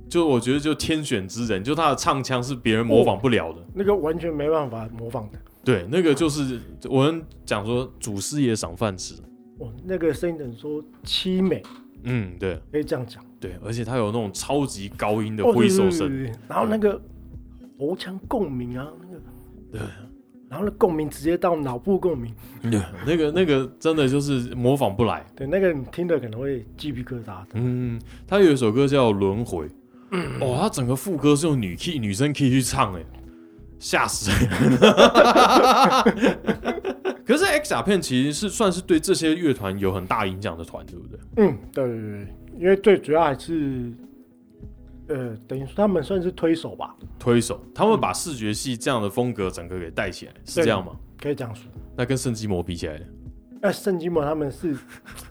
就我觉得就天选之人，就他的唱腔是别人模仿不了的。那个完全没办法模仿的，对，那个就是我们讲说祖师爷赏饭吃。哇，哦那个声音怎么说凄美，嗯，对可以这样讲，对，而且他有那种超级高音的哦挥手，对声，对对对然后那个喉腔共鸣啊，那个对，然后那共鸣直接到脑部共鸣，嗯那个那个真的就是模仿不来。对，那个你听了可能会鸡皮疙瘩的，嗯，他有一首歌叫《轮回》，哦，他整个副歌是用女 key 女生 key 去唱，哎，吓死人！ 可是 X 甲片其实是算是对这些乐团有很大影响的团，对不对？嗯，对对对，对因为最主要还是。呃，等于说他们算是推手吧，推手，他们把视觉系这样的风格整个给带嗯起来，是这样吗？可以这样说。那跟圣基魔比起来呢，那圣经魔他们是，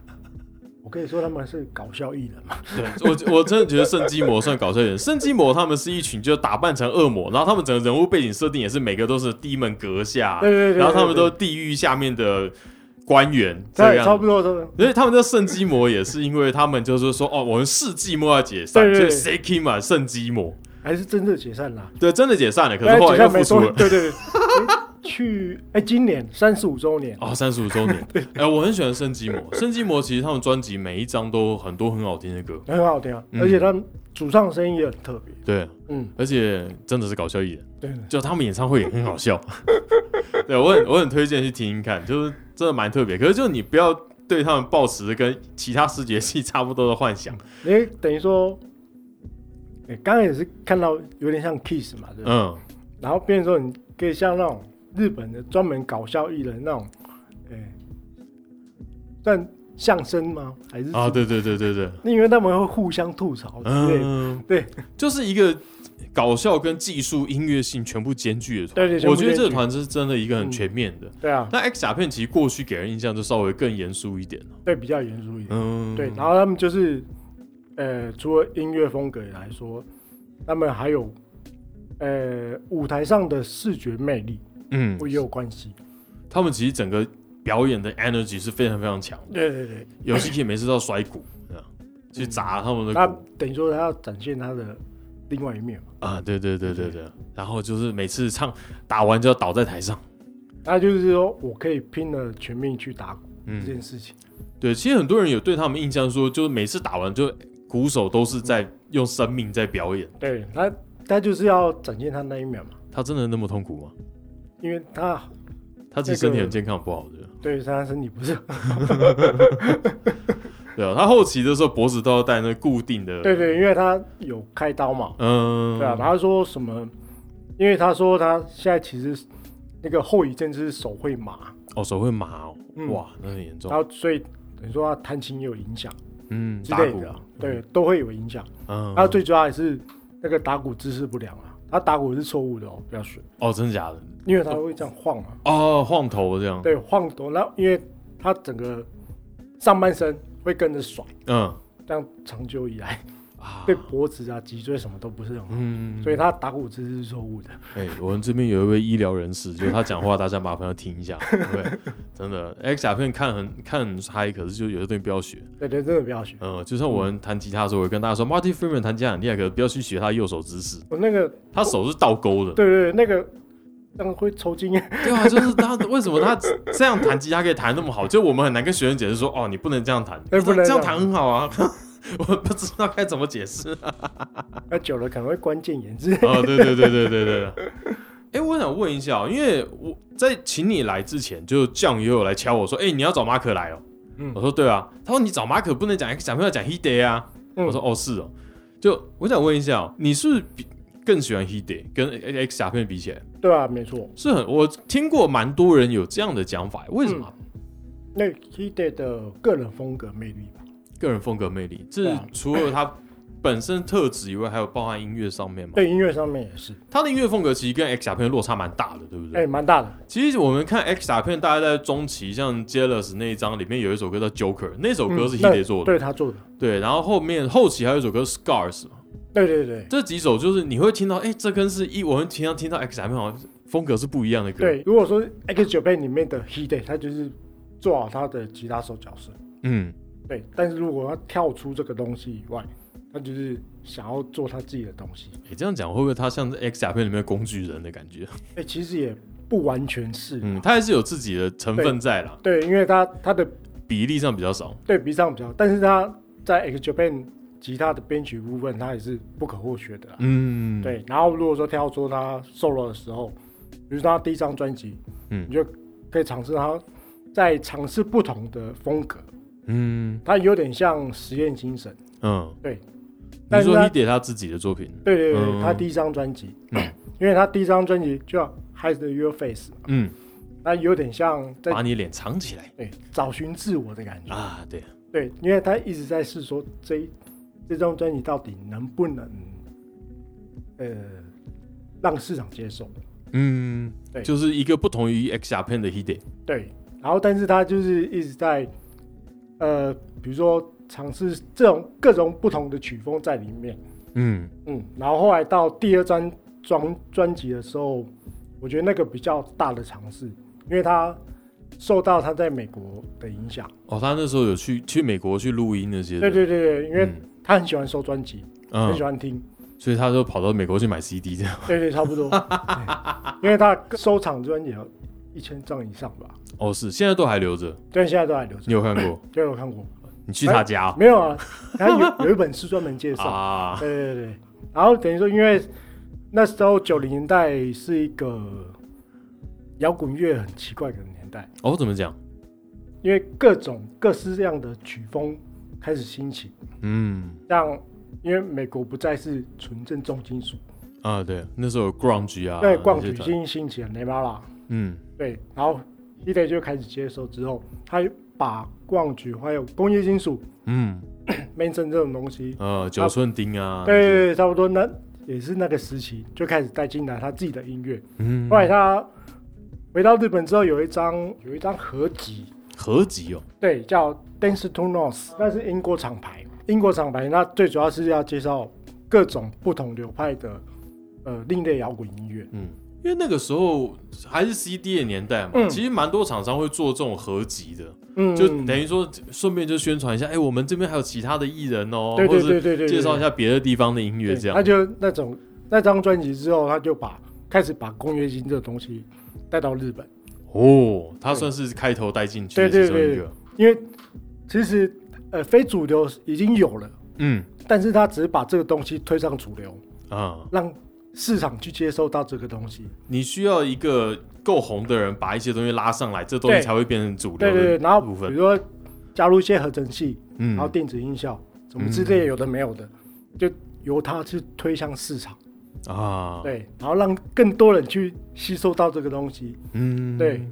我可以说他们是搞笑艺人嘛？对我我真的觉得圣基魔算搞笑一点。圣基魔他们是一群就打扮成恶魔，然后他们整个人物背景设定也是每个都是低门阁下，对对对对然后他们都地狱下面的官员这对，差样不。多，差不多。所以他们叫圣基魔，也是因为他们就是说，哦，我们世纪末要解散，对对对所以 Seki 嘛，圣基魔，还是真的解散啦。对，真的解散了，可哎是后来解散又没复出多了久，。对 对对。哎去，哎，今年三十五周年，哦，三十五周 年，哎、我很喜欢圣基魔。圣基魔其实他们专辑每一张都很多很好听的歌，很好听啊，嗯而且他们主唱声音也很特别。对，嗯，而且真的是搞笑艺人，对。就他们演唱会也很好笑。 对我很我很推荐去听听看，就是真的蛮特别。可是就你不要对他们抱持跟其他视觉系差不多的幻想，因为等于说，哎，刚刚也是看到有点像 Kiss 嘛，对不对。嗯，然后变成说，你可以像那种日本的专门搞笑艺人那种，哎，算相声吗？还是啊，什么对对对对对，因为他们会互相吐槽之类的。嗯，对，就是一个搞笑跟技术音乐性全部兼具的团。对对全部我觉得兼这个具团是真的一个很嗯全面的。对啊，那 X 甲片其实过去给人印象就稍微更严肃一点了对比较严肃一点。嗯，对，然后他们就是，呃，除了音乐风格来说，他们还有，呃，舞台上的视觉魅力嗯，也有关系。他们其实整个表演的 energy 是非常非常强的，对对对，尤其可以每次都要摔鼓，这嗯样去砸他们的那鼓等于说他要展现他的另外一面嘛，啊，对对对对对，然后就是每次唱打完就要倒在台上，那就是说我可以拼了全命去打鼓这嗯，件事情。对，其实很多人有对他们印象说，就是每次打完就鼓手都是在用生命在表演，对他，他就是要展现他那一面嘛，他真的那么痛苦吗？因为他他其实身体很健康不好的，对他身体不是，对啊，他后期的时候脖子都要戴那固定的，对对，因为他有开刀嘛，嗯，对啊，他说什么？因为他说他现在其实那个后遗症就是手会麻，哦手会麻哦，嗯哇，那很严重然，后所以等于说他弹琴也有影响嗯，之打类鼓的，，对，都会有影响。嗯，然后最主要还是那个打鼓姿势不良啊，他打鼓是错误的哦，不要学，哦，真的假的？因为他会这样晃嘛，哦，晃头这样，对，晃动，然后因为他整个上半身会跟着甩，嗯这样长久以来啊， 对脖子啊、脊椎什么都不是很好，嗯，所以他打鼓姿势是错误的。 哎、我们这边有一位医疗人士，就是他讲话，大家麻烦要听一 下，对不对，真的，X 甲片看很看很嗨，可是就有些东西不要学，对对，真的不要学。嗯、就像我们弹吉他的时候，我会跟大家说，Marty Freeman 弹吉他很厉害，可是不要去学他右手姿势，我那个，他手是倒钩的，对对，对那个，那个会抽筋。 对啊，就是他为什么他这样弹吉他可以弹那么好？就我们很难跟学生解释说，哦，你不能这样弹，哎不能这样这弹样很好啊。 我不知道该怎么解释啊！那久了可能会关键炎之类。哦，对对对对对对。 哎，我想问一下哦，因为我在请你来之前，就酱也有来敲我说，哎，你要找马可来哦。嗯我说对啊。他说你找马可不能讲讲朋友讲 Hide 啊。嗯我说哦是哦。就我想问一下哦，你是不是比更喜欢 Hide 跟 X 甲片比起来？ 对啊，没错。是很我听过蛮多人有这样的讲法，为什么？嗯那 Kid 的个人风格魅力吧，个人风格魅力，对这啊除了他本身特质以外，还有包含音乐上面嘛。对音乐上面也是，他的音乐风格其实跟 X 甲片落差蛮大的，对不对？哎，蛮大的。其实我们看 X 甲片，大概在中期，像 Jealous 那一张里面有一首歌叫 Joker，那首歌是嗯 h i 那 d 做的，对他做的，对。然后后面后期还有一首歌 Scars，嘛对对对这几首就是你会听到，哎，这跟是一我们平常听到 X 甲片好像风格是不一样的歌，对。如果说 X 九倍里面的 He Day，他就是做好他的吉他手角色，嗯，对。但是如果他跳出这个东西以外，他就是想要做他自己的东西。哎，这样讲会不会他像是 X 甲片里面的工具人的感觉？哎、其实也不完全是，嗯，他还是有自己的成分在啦，对，因为他他的比例上比较少。对比上比较，但是他在 X Japan 吉他的编曲部分，他也是不可或缺的啦。嗯，，对，然后如果说挑出他 solo 的时候，比如说他第一张专辑，嗯你就可以尝试他在尝试不同的风格，嗯他有点像实验精神。嗯，对。你但是说他你点他自己的作品，对对对，嗯他第一张专辑，嗯因为他第一张专辑就叫 Hide Your Face，嘛嗯，那有点像在把你脸藏起来对找寻自我的感觉。啊，对，对，因为他一直在试说这一这张专辑到底能不能，呃，让市场接受。嗯，对就是一个不同于 X 甲片的 Hide，对，然后但是他就是一直在，呃，比如说尝试这种各种不同的曲风在里面。嗯嗯，然后后来到第二张专专辑的时候，我觉得那个比较大的尝试，因为他受到他在美国的影响。哦，他那时候有去去美国去录音那些的，对对对对，因为嗯他很喜欢收专辑，很喜嗯，欢听。所以他就跑到美国去买 CD 这样。 对对，差 不多，对因为他收藏专辑有一千张以上吧，哦，是，现在都还留着，但现在都还留着你。有看过？对，我看过，你去他家没有啊？他 有有一本书专门介绍。啊？对对对，然后等于说，因为那时候九零年代是一个摇滚乐很奇怪的年代，哦，怎么讲？因为各种各式各样的曲风开始兴起，嗯让因为美国不再是纯正重金属，啊，对，那时候有 grunge 啊，对，逛那些曲团兴兴起了 n e v a a 嗯对，然后 h i d 就开始接受之后，他把逛局还有工业金属、嗯 Mason 这种东西，呃，九寸钉啊，对对对，差不多那也是那个时期就开始带进来他自己的音乐。嗯，后来他回到日本之后，有一张有一张合集，合集哦，对，叫 Dance to North，那是英国厂牌。英国厂牌，那最主要是要介绍各种不同流派的呃另类摇滚音乐。嗯，因为那个时候还是 CD 的年代嘛，嗯其实蛮多厂商会做这种合集的，嗯，就等于说顺便就宣传一下，哎、我们这边还有其他的艺人哦，对对对对对或对，者是介绍一下别的地方的音乐对这样他。就那种那张专辑之后，他就把开始把工业金这个东西带到日本，哦，他算是开头带进去的对其对中一对个，因为其实呃非主流已经有了，嗯但是他只是把这个东西推上主流，啊，让市场去接受到这个东西。你需要一个够红的人把一些东西拉上来，这东西对才会变成主流对的对对，然后部比分如。说加入一些合成器，嗯然后电子音效什么之类的有的没有的，就由他去推向市场，啊，对，然后让更多人去吸收到这个东西。嗯对。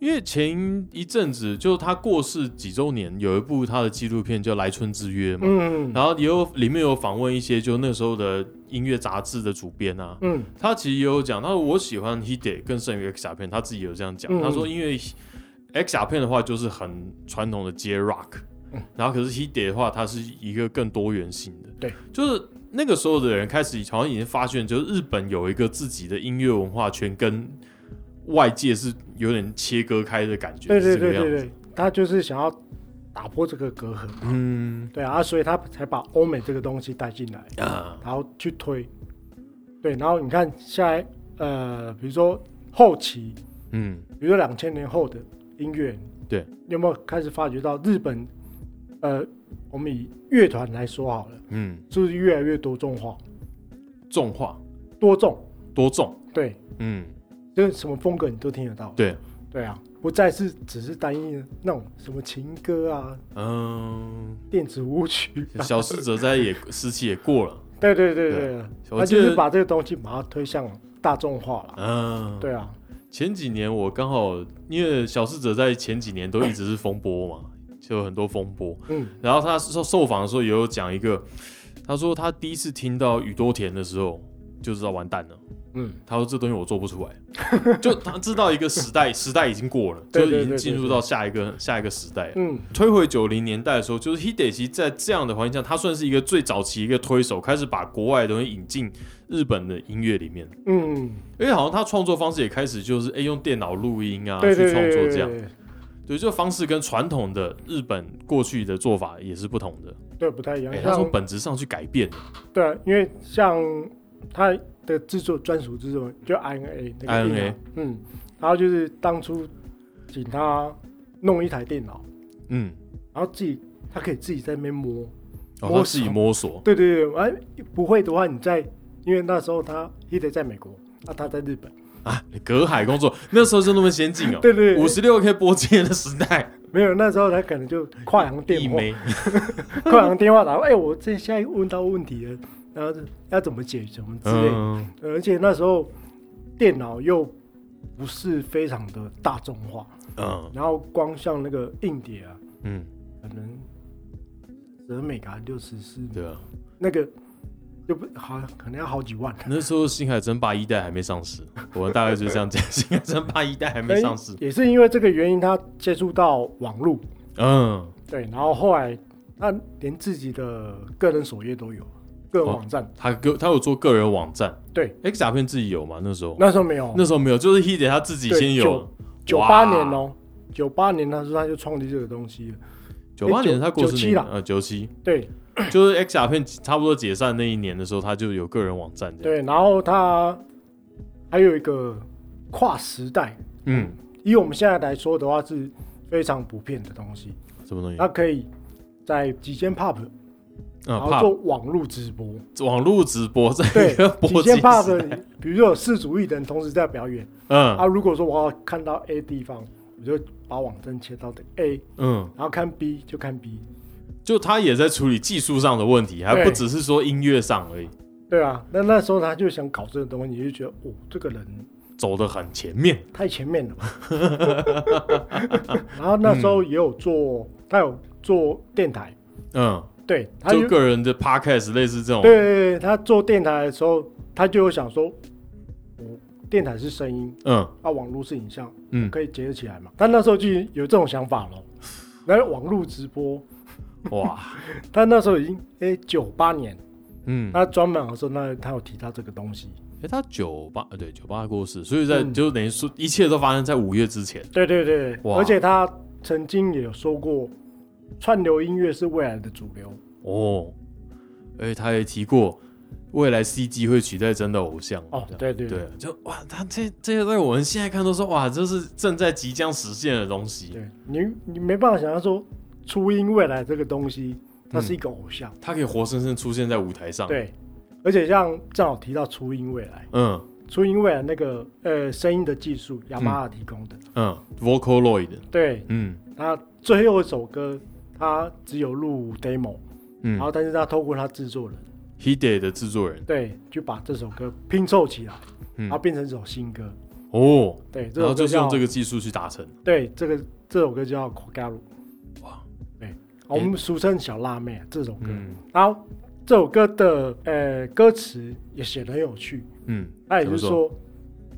因为前一阵子就他过世几周年，有一部他的纪录片叫《来春之约》嘛，嗯然后也有里面有访问一些就那时候的音乐杂志的主编啊，嗯，他其实也有讲，他说我喜欢 Hide 更胜于 X 甲片，他自己有这样讲。嗯他说因为 X 甲片的话就是很传统的街 rock，、嗯然后可是 Hide 的话，它是一个更多元性的。对，就是那个时候的人开始好像已经发现，就是日本有一个自己的音乐文化圈跟外界是有点切割开的感觉，对对是这对个样对子。对，他就是想要打破这个隔阂，嗯对啊，所以他才把欧美这个东西带进来，啊，然后去推，对，然后你看下来，呃，比如说后期，嗯比如说两千年后的音乐，对你有没有开始发觉到日本，呃，我们以乐团来说好了，嗯，就是越来越多众化，重化多众，多重，对，嗯，就是什么风格你都听得到，对，对啊，不再是只是单一的那种什么情歌啊、嗯，电子舞曲啊、小逝者在也 时期也过了。对对对对对，我他记就得是把这个东西把它推向大众化了。嗯，对啊，前几年我刚好因为小逝者在前几年都一直是风波嘛，就有很多风波。嗯，然后他受受访的时候也有讲一个，他说他第一次听到宇多田的时候就知道完蛋了。嗯，他说这东西我做不出来， 就他知道一个时代，时代已经过了，就对对已对经对进入到下一个下一个时代了。嗯，推回九零年代的时候，就是 Hideki 在这样的环境下，他算是一个最早期一个推手，开始把国外的东西引进日本的音乐里面。嗯，因为好像他创作方式也开始就是哎、诶用电脑录音啊对对去创对作对这样，对，对，这个方式跟传统的日本过去的做法也是不同的。对不太一样哎、。他像从本质上去改变对啊，因为像他的制作专属制作就 RNA 那个 RNA 电脑，嗯，然后就是当初请他弄一台电脑，嗯，然后自己他可以自己在那边摸，哦，摸他索自己摸索， 对对对，完不会的话你在，因为那时候他一直在美国，啊他在日本，隔海工作，那时候就那么先进哦， 对对五对，十六 K 波接的时代，没有那时候他可能就跨行电一话，枚，跨行电话打，哎、我这现在问到问题了，然后就要怎么解决什么之类的，嗯，而且那时候电脑又不是非常的大众化。嗯然后光像那个硬碟啊，嗯，可能十美嘎六十四，对啊，那个就不好，可能要好几万。那时候星海争霸一代还没上市，我大概就是这样 讲，星海争霸一代还哎没上市，也是因为这个原因，他接触到网络，嗯，对，然后后来他连自己的个人首页都有，个人哦网站，他个他有做个人网站，对，X 甲片自己有吗？那时候那时候没有，那时候没有，就是 h i d e 他自己对先有，九八年哦、九八年那时候他就创立这个东西了，九八哎年他过世那一年97啦呃九七，对就是 X 甲片差不多解散那一年的时候，他就有个人网站这样，对，然后他还有一个跨时代，嗯，以我们现在来说的话是非常普遍的东西，什么东西？它可以在几间 pub，嗯啊然后，pub 做网络直播。网络直播在一 对个播几机间时代， pub，比如说有四组艺人同时在表演，啊，嗯如果说我要看到 A 地方，我就把网站切到 A，嗯，然后看 B 就看 B。就他也在处理技术上的问题，还不对只是说音乐上而已，对啊，那那时候他就想搞这个东西，你就觉得哦，这个人走得很前面。太前面了吧。 然后那时候也有做，他有做电台，嗯，对，他就个人的 podcast 类似这种，对对对，他做电台的时候，他就有想说，我电台是声音，嗯啊，网络是影像，嗯，可以结合起来嘛。他那时候就有这种想法了，然后网络直播，哇，他那时候已经哎九八年， 嗯，他专门的时候，那他有提到这个东西，诶，他九八对九八过世，所以在嗯就等于说一切都发生在五月之前。对对对，哇而且他曾经也有说过，串流音乐是未来的主流，哦，而且他也提过，未来 CG 会取代真的偶像。哦这样对对对，就哇，他这这些在我们现在看都说哇，这是正在即将实现的东西。对你你没办法想象说初音未来这个东西，它是一个偶像，他可以活生生出现在舞台上。，对，而且像正好提到初音未来。嗯初音未来那个呃声音的技术，雅马哈提供的。嗯，Vocaloid，对，嗯他最后一首歌他只有录 demo，、然嗯后但是他透过他制作人， ，Hide 的制作人，对，就把这首歌拼凑起来，嗯然后变成一首新歌。哦，对，这然后首歌就是用叫这个技术去达成。对这个这首歌叫 Kogaru。哇，对，我们俗称小辣妹啊这首歌。嗯然后这首歌的呃歌词也写得很有趣，嗯，那也怎就么是，说，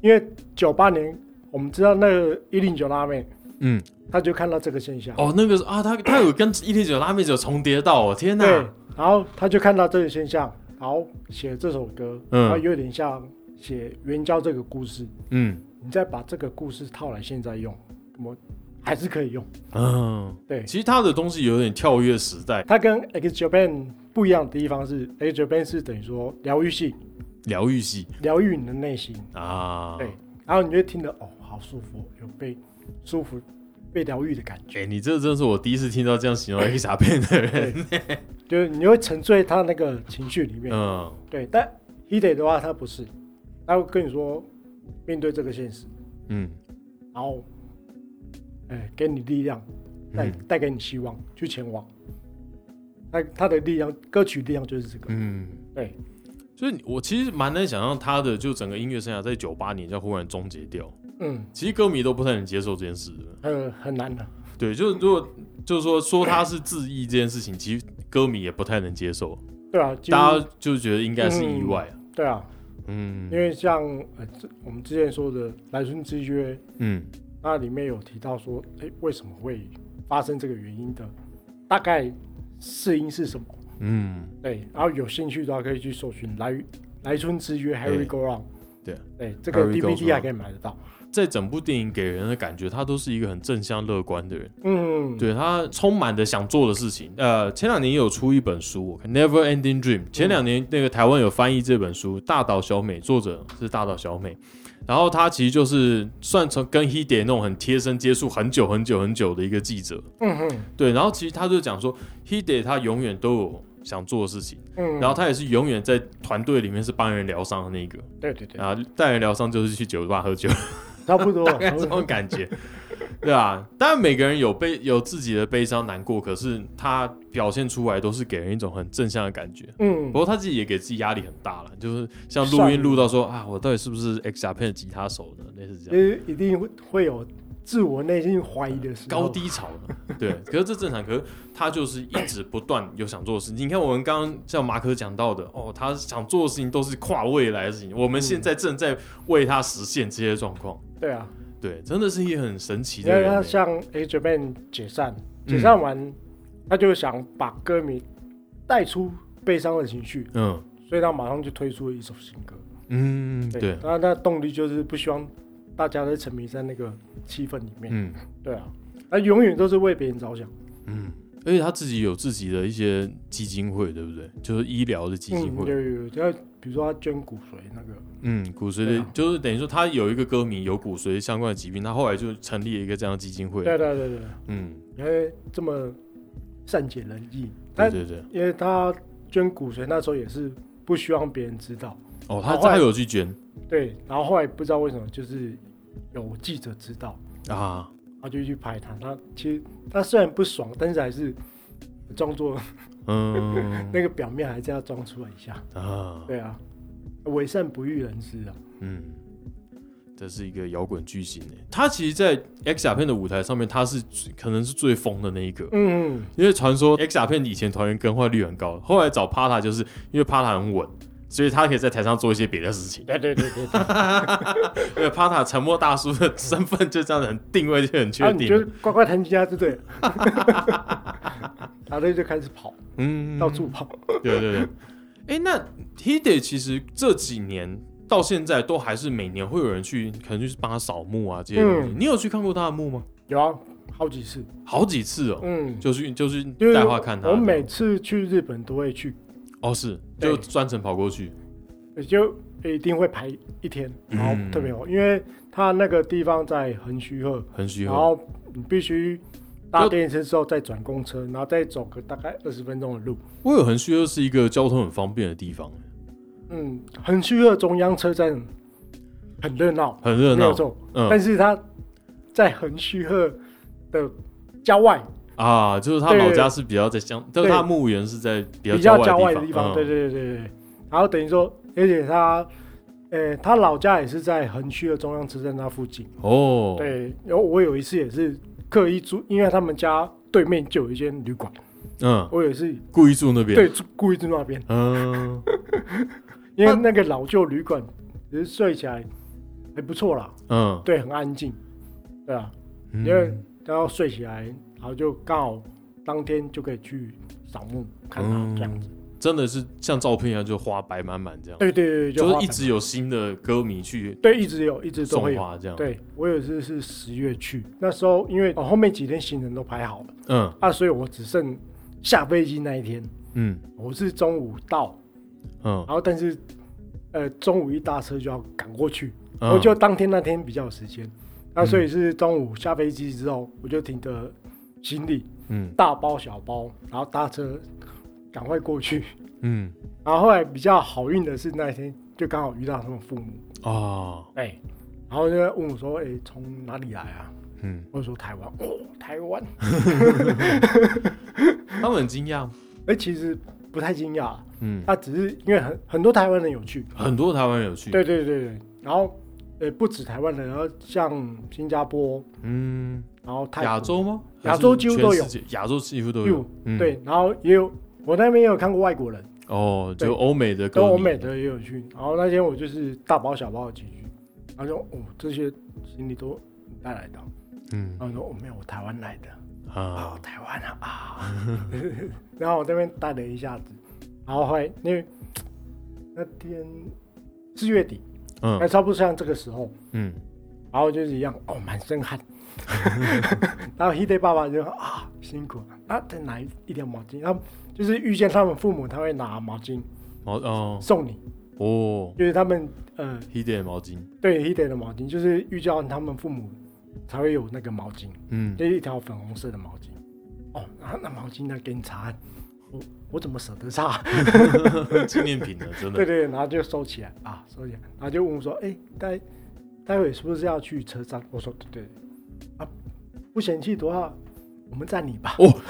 因为九八年我们知道那个一零九辣妹。嗯，他就看到这个现象。哦，那个是啊，他他有跟一零九拉妹子有重叠到，哦，天对哪！，然后他就看到这个现象，然后写这首歌，嗯然后有点像写援交这个故事，嗯你再把这个故事套来现在用，我还是可以用。嗯，对，其实他的东西有点跳跃时代，它跟 X Japan 不一样的地方是，X Japan 是等于说疗愈性，疗愈系疗愈你的内心，啊。对，哎然后你就听得哦，好舒服，有被舒服、被疗愈的感觉，哎、你这真是我第一次听到这样形容 A 傻片的人。就是你会沉醉他那个情绪里面。嗯，对，但 h i d e 的话，他不是，他会跟你说面对这个现实，嗯然后，哎、给你力量，带嗯带给你希望，去前往。他他的力量，歌曲力量就是这个。嗯，对，所以我其实蛮难想象他的就整个音乐生涯在九八年就忽然终结掉。嗯，其实歌迷都不太能接受这件事的。很很难的。对，就是如果就是说说他是自缢这件事情，其实歌迷也不太能接受，对啊，几乎大家就觉得应该是意外。对啊，嗯因为像呃，这我们之前说的《来春之约》，嗯那里面有提到说，哎，为什么会发生这个原因的，大概是因是什么？嗯，对，然后有兴趣的话可以去搜寻《来来春之约》对 Harry Go Round。对对，这个 Harry Go DVD 还 Round 可以买得到。在整部电影给人的感觉，他都是一个很正向乐观的人。嗯，对他充满着想做的事情。呃，前两年有出一本书，我看《Never Ending Dream》。前两年那个台湾有翻译这本书，大岛小美，作者是大岛小美。然后她其实就是算从跟 h e d e 那种很贴身接触很久很久很久的一个记者。嗯哼，对，然后其实她就讲说 h e d e 他永远都有想做的事情，嗯，然后他也是永远在团队里面是帮人疗伤的那一个对对对，啊，带人疗伤就是去酒吧喝酒。差不多， 大概差不这 多种感觉，对啊。当然，每个人有悲有自己的悲伤难过，可是他表现出来都是给人一种很正向的感觉。嗯不，过他自己也给自己压力很大了，就是像录善意音录到说啊，我到底是不是 X R P 的吉他手呢？类似这样就是一定会会有自我内心怀疑的时候。高低潮呢？对，可是这正常。可是他就是一直不断有想做的事情。你看，我们刚刚像马可讲到的，哦，他想做的事情都是跨未来的事情，我们现在正在为他实现这些状况。对啊，对，真的是一个很神奇因的嗯为人他欸。像 A j Man 解散，解散完，他就想把歌迷带出悲伤的情绪，嗯所以他马上就推出了一首新歌。嗯，对。他那动力就是不希望大家都沉迷在那个气氛里面。嗯对啊，他永远都是为别人着想。嗯，而且他自己有自己的一些基金会，对不对？就是医疗的基金嗯，有会，有有，他比如说他捐骨髓那个，嗯，骨髓对的啊，就是等于说他有一个歌迷有骨髓相关的疾病，他后来就成立了一个这样的基金会，对对对对，嗯，因为这么善解人意，他对对对，因为他捐骨髓那时候也是不希望别人知道，哦，然他后后来他有去捐对，然后后来不知道为什么就是有记者知道，啊，然后就去拍他，他其实他虽然不爽，但是还是装作 嗯那个表面还是要装出来一下，啊，对啊，为善不欲人知啊，嗯。这是一个摇滚巨星诶，他其实，在 X 亚片的舞台上面，他是最可能是最疯的那一个，嗯，因为传说 X 亚片以前团员更换率很高，后来找 Pata 就是因为 Pata 很稳，所以他可以在台上做一些别的事情。对对对对，因为 Pata 沉默大叔的身份就这样很定位就很然确啊后你定。就乖乖弹吉他就对了， 然后就开始跑，嗯到处跑，对对对。哎、那 Hide 其实这几年到现在都还是每年会有人去，可能就是帮他扫墓啊这些东西。嗯你有去看过他的墓吗？有啊，好几次，好几次哦，嗯。就去就去因为带话看他的。我每次去日本都会去，哦是，对就专程跑过去。就一定会排一天，然后特别好，因为它那个地方在嗯横须贺，很虚然弱。后你必须搭电车之后再转公车，然后再走个大概二十分钟的路。我有很虚弱是一个交通很方便的地方，嗯，横须贺中央车站很热闹，很热没有闹。错，嗯，但是它在横须贺的郊外，啊，就是他对老家是比较在乡，但是对他墓园是在比较比较郊外外的地嗯方。对对对对对。然后等于说，而且他，呃，他老家也是在横须贺中央车站那附近。哦，，对，然后我有一次也是刻意住，因为他们家对面就有一间旅馆，嗯，我也是故意住那边，对住故意住那边，嗯，因为那个老旧旅馆，只是睡起来还不错啦，嗯对，很安静，对啊，嗯，因为然后睡起来，然后就刚好当天就可以去扫墓看嗯他这样子，真的是像照片一样，就花白满满这样，对对对，就是花一坛直有新的歌迷去对一直有，一直都送会有。花这样，，对我有一次是十月去，那时候因为哦后面几天行程都排好了嗯啊，所以我只剩下飞机那一天。嗯我是中午到，嗯，然后但是呃中午一搭车就要赶过去，嗯我就当天那天比较有时间，那所以是中午下飞机之后，我就停着行李嗯大包小包，然后搭车赶快过去， 嗯然后后来比较好运的是那一天就刚好遇到他们父母，啊哎、然后就在问我说，哎、从哪里来啊？嗯，我就说台湾，哦，台湾， 他们很惊讶，哎、其实不太惊讶，嗯，那只是因为很很多台湾人有去，很多台湾人有去，，对对对对，然后呃不止台湾人，然后像新加坡，嗯，然后泰国亚洲吗？亚洲还是几乎都有全世界，亚洲几乎都有有，嗯，，对，然后也有我那边也有看过外国人，哦，对就欧美的歌跟迷，欧美的也有去，然后那天我就是大包小包的几句，然后就哦这些行李都你带来的，嗯然后说哦没有我台湾来的，啊哦，台湾啊啊， 然后我这边带了一下子，然后后来因为那天四月底，那嗯差不多像这个时候，嗯，然后就是一样哦，满身 汗。然后 Hide 爸爸就说啊辛苦了，那再拿一一条毛巾。然后就是遇见他们父母，他会拿毛巾毛哦送你，哦就是他们呃一点毛巾，对 Hide 的毛巾，就是遇见他们父母才会有那个毛巾，嗯，就是一条粉红色的毛巾。哦，然后那毛巾呢给你擦，我我怎么舍得擦？ 纪念品的，真 的，对对，然后就收起来啊，收起来，然后就问我说：“哎、待待会是不是要去车站？”我说：“对对对，啊，不嫌弃的话，我们载你哦吧。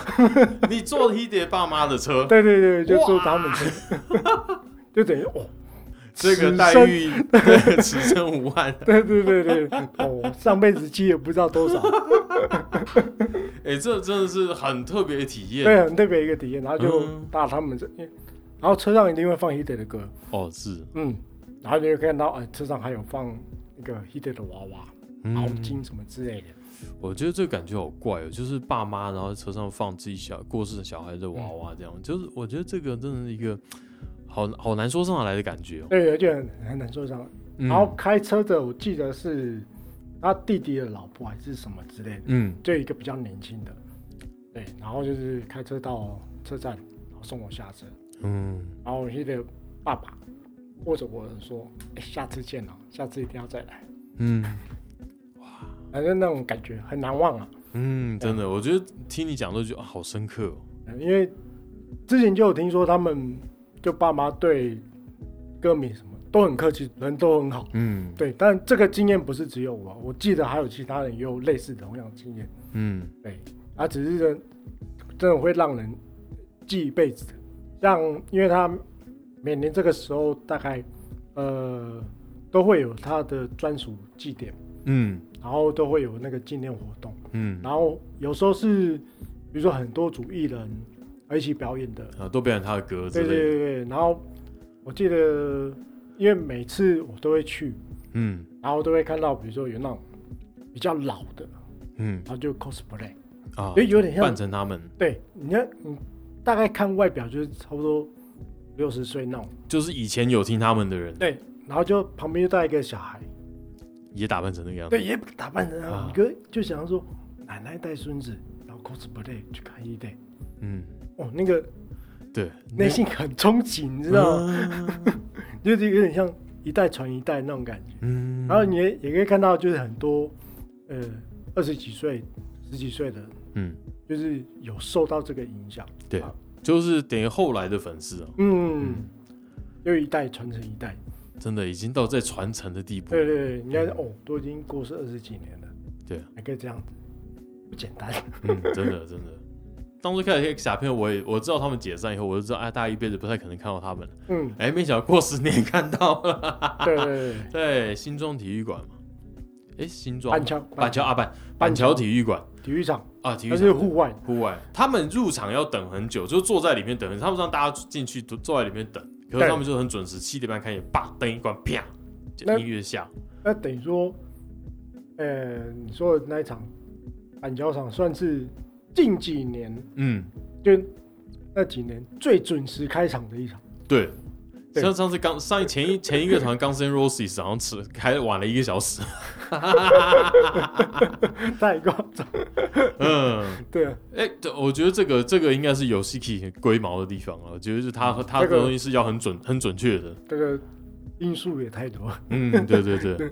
你坐一点爸妈的车，对对对，就坐他们车， 就等于哦，这个待遇对此生无憾。对对对对，哦，上辈子积也不知道多少，哎，这真的是很特别的体验对，很特别一个体验。然后就嗯搭他们车，因为然后车上一定会放 h i d 的歌，哦，是，嗯，然后你就看到，哎，车上还有放那个 h i d 的娃娃、毛嗯，巾什么之类的。我觉得这个感觉好怪哦，就是爸妈然后在车上放自己小过世的小孩的娃娃这样，就是我觉得这个真的是一个好好难说上来的感觉哦。对，而且很很难受伤。嗯然后，开车的我记得是他弟弟的老婆还是什么之类的，嗯，就一个比较年轻的，对，然后就是开车到车站，然后送我下车，嗯，然后我记得爸爸握着我的说：“哎，下次见了，下次一定要再来。嗯，”反正那种感觉很难忘啊，嗯，真的，我觉得听你讲都觉得啊好深刻哦。嗯因为之前就有听说他们就爸妈对歌迷什么都很客气，人都很好。嗯对，但这个经验不是只有我，我记得还有其他人也有类似同样的经验。嗯对，啊，只是真真的会让人记一辈子的。像，因为他每年这个时候大概呃都会有他的专属祭典，嗯然后都会有那个纪念活动，嗯，然后有时候是比如说很多组艺人一起表演的，啊，都变成他的歌之对对类的。对对。然后我记得，因为每次我都会去，嗯然后都会看到，比如说有那种比较老的，嗯然后就 cosplay，啊就，有点像扮成他们对，你看，你大概看外表就是差不多六十岁那种，就是以前有听他们的人对，然后就旁边就带一个小孩，也打扮成那个样子对，。也打扮成啊啊，你哥就想说奶奶带孙子，然后 cosplay 去看一代，嗯，哦，那个对，内心很憧憬，你知道吗？就是有点像一代传一代那种感觉。 嗯， 然后你也也可以看到，就是很多呃二十几岁、十几岁的，嗯，就是有受到这个影响，对啊，就是等于后来的粉丝啊，嗯，又一代传承一代。真的已经到在传承的地步。对对对，你看哦，都已经过世二十几年了，对，还可以这样子，不简 单。嗯，真的真的。当初看小片，我也我知道他们解散以后，我就知道，哎，大家一辈子不太可能看到他们。嗯，哎，没想到过十年看到了。 对对对，对，新庄体育馆嘛，哎，新庄板桥 板桥啊，板板板桥桥体育馆体育场，啊，体育它场是户外，户外，他们入场要等很久，就坐在里面等很久，他们让大家进去坐坐在里面等，可是对他们就很准时，七点半开始，叭，灯一关，啪，就那音乐下，那等于说，呃，你说的那一场板桥场算是近几年嗯，就那几年最准时开场的一场。 对。对像上次刚上一前一前一乐团刚 s n Roses 好像迟开晚了一个小时，太夸张，嗯，对啊，哎、对，我觉得这个这个应该是游戏 key 龟毛的地方啊，我觉得是他他的这个东西是要很准很准确的，这个因素也太多了。嗯，对对 对，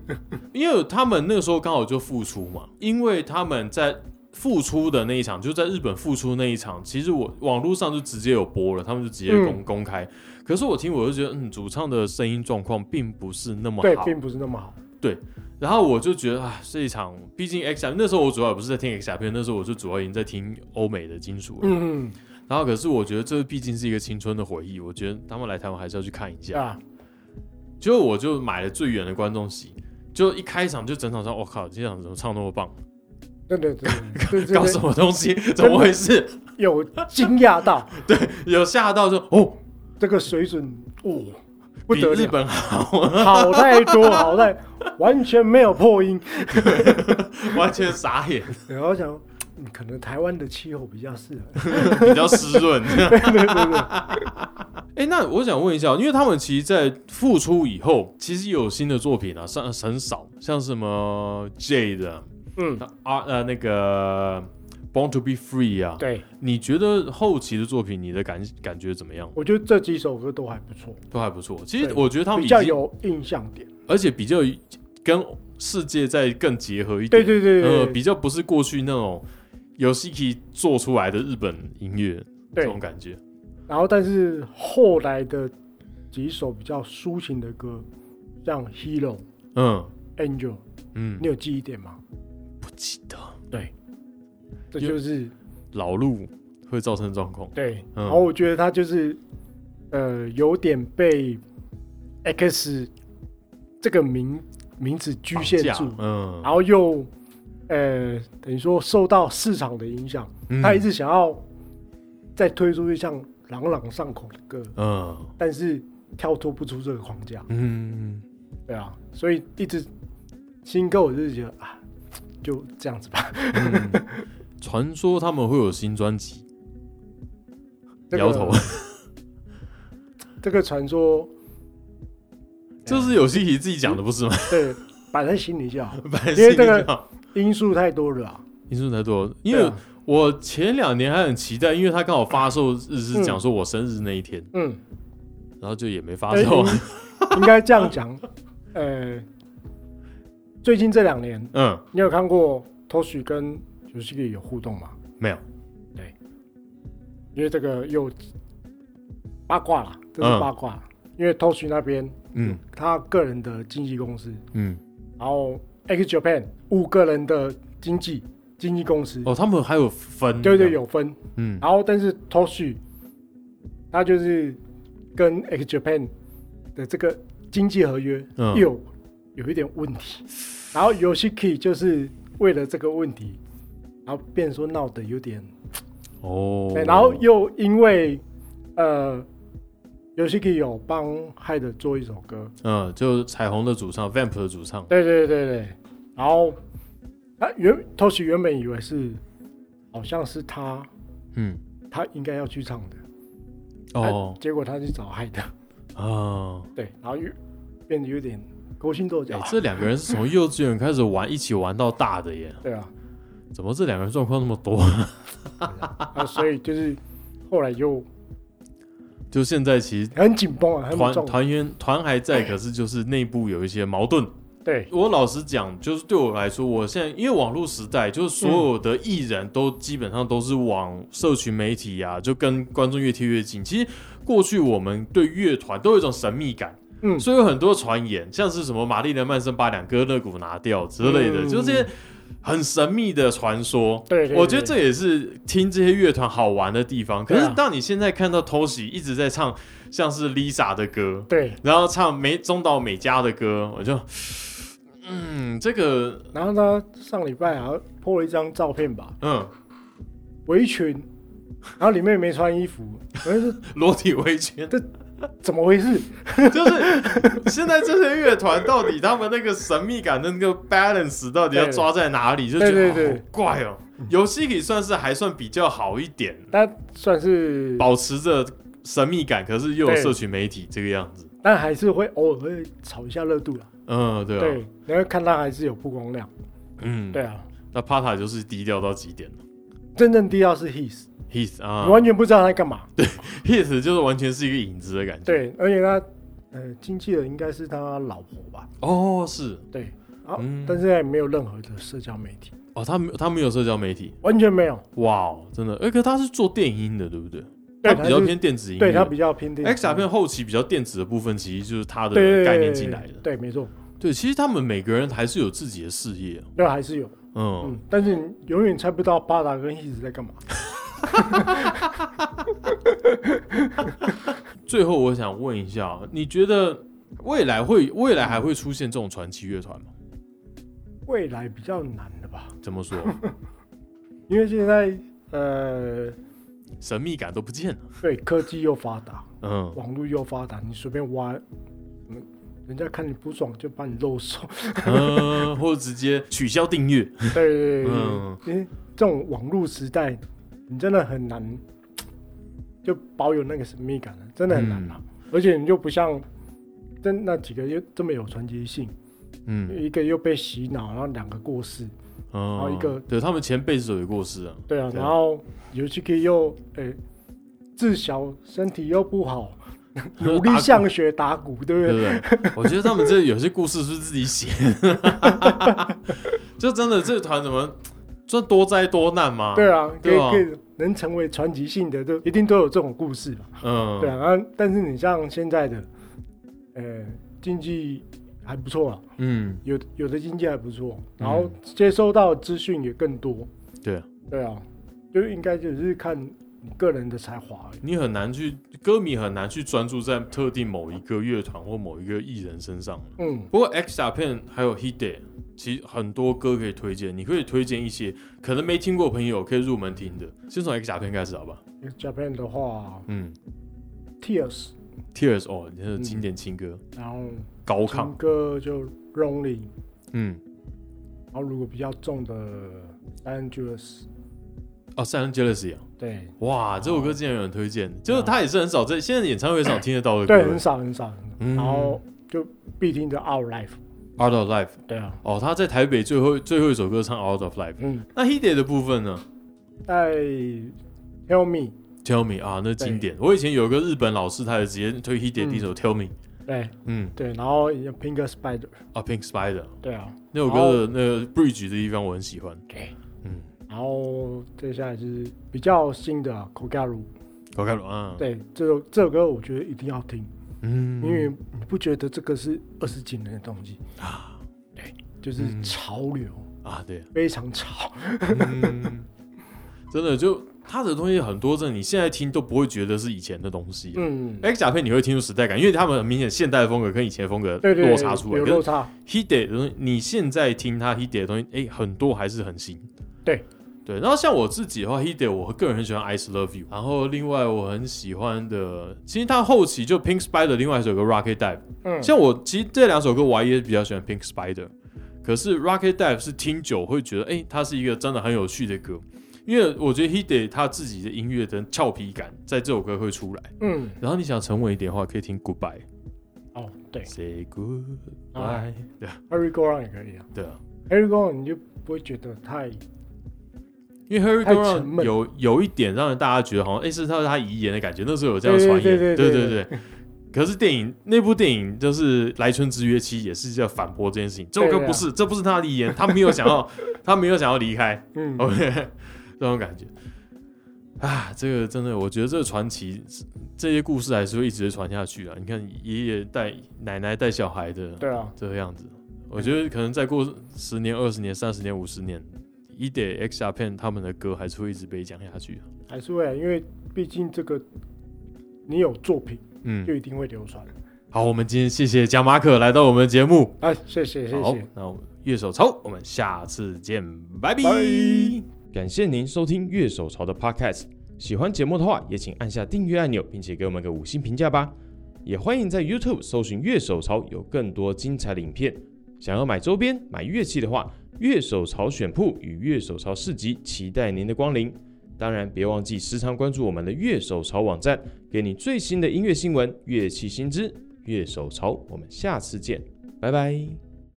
因为他们那个时候刚好就复出嘛，因为他们在复出的那一场，就在日本复出那一场，其实我网络上就直接有播了，他们就直接公、嗯公开。可是我听我就觉得，嗯，主唱的声音状况并不是那么对，好，并不是那么好。然后我就觉得啊，这一场毕竟 X 那时候我主要也不是在听 X 片，那时候我就主要已经在听欧美的金属了。嗯，然后可是我觉得这毕竟是一个青春的回忆，我觉得他们来台湾还是要去看一下。啊，就我就买了最远的观众席，就一开场就整场上，我、靠，这场怎么唱那么棒？真的真的 对对搞什对，么东西？怎么回事？有惊讶到有吓到就哦，这个水准哦，不比得日了，本好，好太多，好太完全没有破音。完全傻眼，然后想，嗯可能台湾的气候比较适合，比较湿润。 对对对对，哎、那我想问一下，因为他们其实，在复出以后，其实有新的作品啊，上很少，像什么 J 的嗯，啊呃那个 Born to Be Free 啊，对，你觉得后期的作品，你的感感觉怎么样？我觉得这几首歌都还不错，都还不错。其实对我觉得他们比已较经，有印象点。而且比较跟世界再更结合一点。对对对呃，对比对，较不是过去那种游戏 k 做出来的日本音乐这种对。感觉。然后，但是后来的几首比较抒情的歌，像《Hero》。嗯 Angel，嗯你，有记忆点吗？不记得这有就是老路会造成状况。对，嗯然后我觉得他就是呃，有点被 X 这个名名字局限绑架住，嗯，然后又呃，等于说受到市场的影响，嗯他一直想要再推出一项朗朗上口的歌，嗯但是跳脱不出这个框架，嗯，对啊，所以一直新歌我就是觉得啊，就这样子吧，嗯传说他们会有新专辑，这个摇 头，这个传说，这是游戏 k 自己讲的不是吗？对，摆在心里 就好。因因为这个因素太多了啊，因素太多，因对为啊我前两年还很期待，因为他刚好发售日是讲说我生日那一天，嗯，然后就也没发呃售。应应该这样讲， 呃，最近这两年， 嗯，你有看过 Toshi 跟 y o s h 有互动吗？没有。因为这个又八卦啦，这是嗯八卦，因为 Toshi 那边嗯他个人的经纪公司，嗯，然后 X Japan 五个人的经纪经纪公司，哦，他们还有分，对对，有分，嗯然后但是 Toshi 他就是跟 X Japan 的这个经济合约嗯又有一点问题，然后 Yoshiki 就是为了这个问题，然后变说闹得有点，哦对，哎然后又因为呃 Yoshiki 有帮 Hyde 做一首歌，嗯，就彩虹的主唱，Vamp 的主唱，对对对对，然后他原 Toshi 原本以为是好像是他嗯，他应该要去唱的，哦啊结果他去找 Hyde。哎啊，对，然后又变得有点勾心斗角哎，，这两个人是从幼稚园开始玩，一起玩到大的耶，对啊，怎么这两个人状况那么多？ 啊，所以就是后来就就现在其实很紧绷啊，很团重，团员团还在，哎可是就是内部有一些矛盾。对我老实讲，就是对我来说，我现在因为网络时代，就是所有的艺人都基本上都是往社群媒体嗯啊，就跟观众越贴越近。其实过去我们对乐团都有一种神秘感，嗯所以有很多传言，像是什么玛丽莲曼森把两颗肋骨拿掉之类的，嗯就是这些很神秘的传说。对对我觉得对这也是听这些乐团好玩的地方。可对是啊当你现在看到 Toshi 一直在唱像是 Lisa 的歌，对，然后唱美中岛美嘉的歌，我就，嗯，这个，然后他上礼拜好像 po 了一张照片吧，嗯，围裙，然后里面没穿衣服，我就说裸体围裙，怎么回事？ 就是现在这些乐团到底他们那个神秘感的那个 balance 到底要抓在哪里，就觉得对对哦好怪哦。游戏里算是还算比较好一点，他算是，保持着神秘感，可是又有对社群媒体这个样子。但还是会偶尔会炒一下热度啦，嗯，对啊，对，然后看他还是有曝光量，嗯，对。啊，那 Pata 就是低调到极点了。真正低调是 his， Heath 啊你完全不知道他在干嘛， ，Heath 就是完全是一个影子的感觉。，对，而且他呃经纪人应该是他老婆吧，哦，是，对，啊，嗯但是也没有任何的社交媒体，哦，他没有，他没有社交媒体，完全没有。哇哦，真的，哎、可他是做电音的，对不对？对他比较他是偏电子音乐，对他比较偏电 X 甲片后期比较电子的部分，其实就是他的对对概念进来的。对，没错，对，其实他们每个人还是有自己的事业，对还是有，嗯，嗯，但是你永远猜不到巴达跟一直在干嘛。最后我想问一下，你觉得未来会未来还会出现这种传奇乐团吗？未来比较难的吧，怎么 说？因为现在呃，神秘感都不见了。对科技又发达， 嗯，网络又发达，你随便挖，嗯人家看你不爽就把你露手。呃，或者直接取消订阅。对对对对，嗯因为这种网络时代，你真的很难就保有那个神秘感了，真的很难嗯啊。而且你就不像真那几个又这么有传奇性，嗯，一个又被洗脑，然后两个过世，然后一个嗯对他们前辈子手也过世啊。对啊，对啊然后游戏 K 又诶、自小身体又不 好，努力向学打鼓，对不对啊对？不对？我觉得他们这有些故事是自己写的， 就真的这团怎么这多灾多难嘛？对啊，可对啊以可以能成为传奇性的，就一定都有这种故事吧？嗯，对啊，然后但是你像现在的，呃，经济还不错啊，嗯，有有的经济还不错，然后接收到资讯也更多，对啊，对啊，就应该就是看你个人的才华而已。你很难去歌迷很难去专注在特定某一个乐团或某一个艺人身上。嗯，不过 X 甲片还有 Hit Day，其实很多歌可以推荐，你可以推荐一些可能没听过的朋友可以入门听的。先从 X 甲片开始，好吧？嗯 Japan 的话嗯，Tears， ，Tears 哦，你是经嗯典情歌，然后高情亢，歌就 Lonely，嗯，然后如果比较重的 a n g e l s 哦，《San Jealousy》啊。对哇，这首歌竟然有人推荐，就是它也是很少在现在演唱会上听得到的歌。嗯对，很少很少，很少嗯然后就必听的 Our Life， Out of Life》对啊，哦，他在台北最后最后一首歌唱《Out of Life》。嗯，那 He Day 的部分呢在 Tell Me， ？Tell Me 啊，那经典。我以前有个日本老师，他也直接推 He 嗯 Day 第一首《Tell Me》。对嗯，对，然后也 Pink Spider，啊，《Pink Spider》对啊，那首歌的那个 Bridge 的地方我很喜欢。对，嗯，然后接下来就是比较新的 k o g a r u 高开罗啊，，对，这首这首歌我觉得一定要听，嗯，因为你不觉得这个是二十几年的东西啊？对，就是潮流，啊，对，非常潮，嗯，真的就他的东西很多，真的你现在听都不会觉得是以前的东西。嗯， X 甲片你会听出时代感，因为他们很明显现代的风格跟以前的风格对对，落差出来。有可落是差， Hide 的东西，你现在听他 Hide 的东西，哎、很多还是很新。对对，然后像我自己的话，Hide 我个人很喜欢《I Love You》，然后另外我很喜欢的，其实他后期就 Pink Spider 另外一首歌《Rocket Dive》，嗯，像我其实这两首歌我还也比较喜欢 Pink Spider，可是 Rocket Dive 是听久会觉得，哎、它是一个真的很有趣的歌，因为我觉得 Hide 他自己的音乐的俏皮感在这首歌会出来。嗯，然后你想沉稳一点的话，可以听 Goodbye。哦，对 Say goodbye，、啊对啊，Harry Go Round 也可以啊对啊， ，Harry Go Round 你就不会觉得太，因为 Harry 太 Go 沉 Round 闷有有一点让大家觉得好像哎、诶是他他遗言的感觉，那时候有这样传言，对对对对对对可是电影那部电影就是《来春之约期》，也是要反驳这件事情。这首歌对啊不是，这不是他的遗言，他没有想 要，他没有想要离开。嗯， OK，这种感觉啊，这个真的，我觉得这个传奇，这些故事还是会一直传下去啊。你看爷爷带奶奶带小孩的，对啊，这个样子。我觉得可能再过十年、二十年、三十年、五十年，一点 X Japan 他们的歌还是会一直被讲下去。还是会啊，因为毕竟这个你有作品嗯就，一定会流传。好，我们今天谢谢贾马可来到我们的节目。啊，谢谢谢好谢，，那我乐手潮，我们下次见，拜拜。拜感谢您收听乐手潮的 Podcast，喜欢节目的话，也请按下订阅按钮，并且给我们个五星评价吧。也欢迎在 YouTube 搜寻乐手潮，有更多精彩的影片。想要买周边、买乐器的话，乐手潮选铺与乐手潮市集期待您的光临。当然，别忘记时常关注我们的乐手潮网站，给你最新的音乐新闻、乐器新知。乐手潮，我们下次见，拜拜。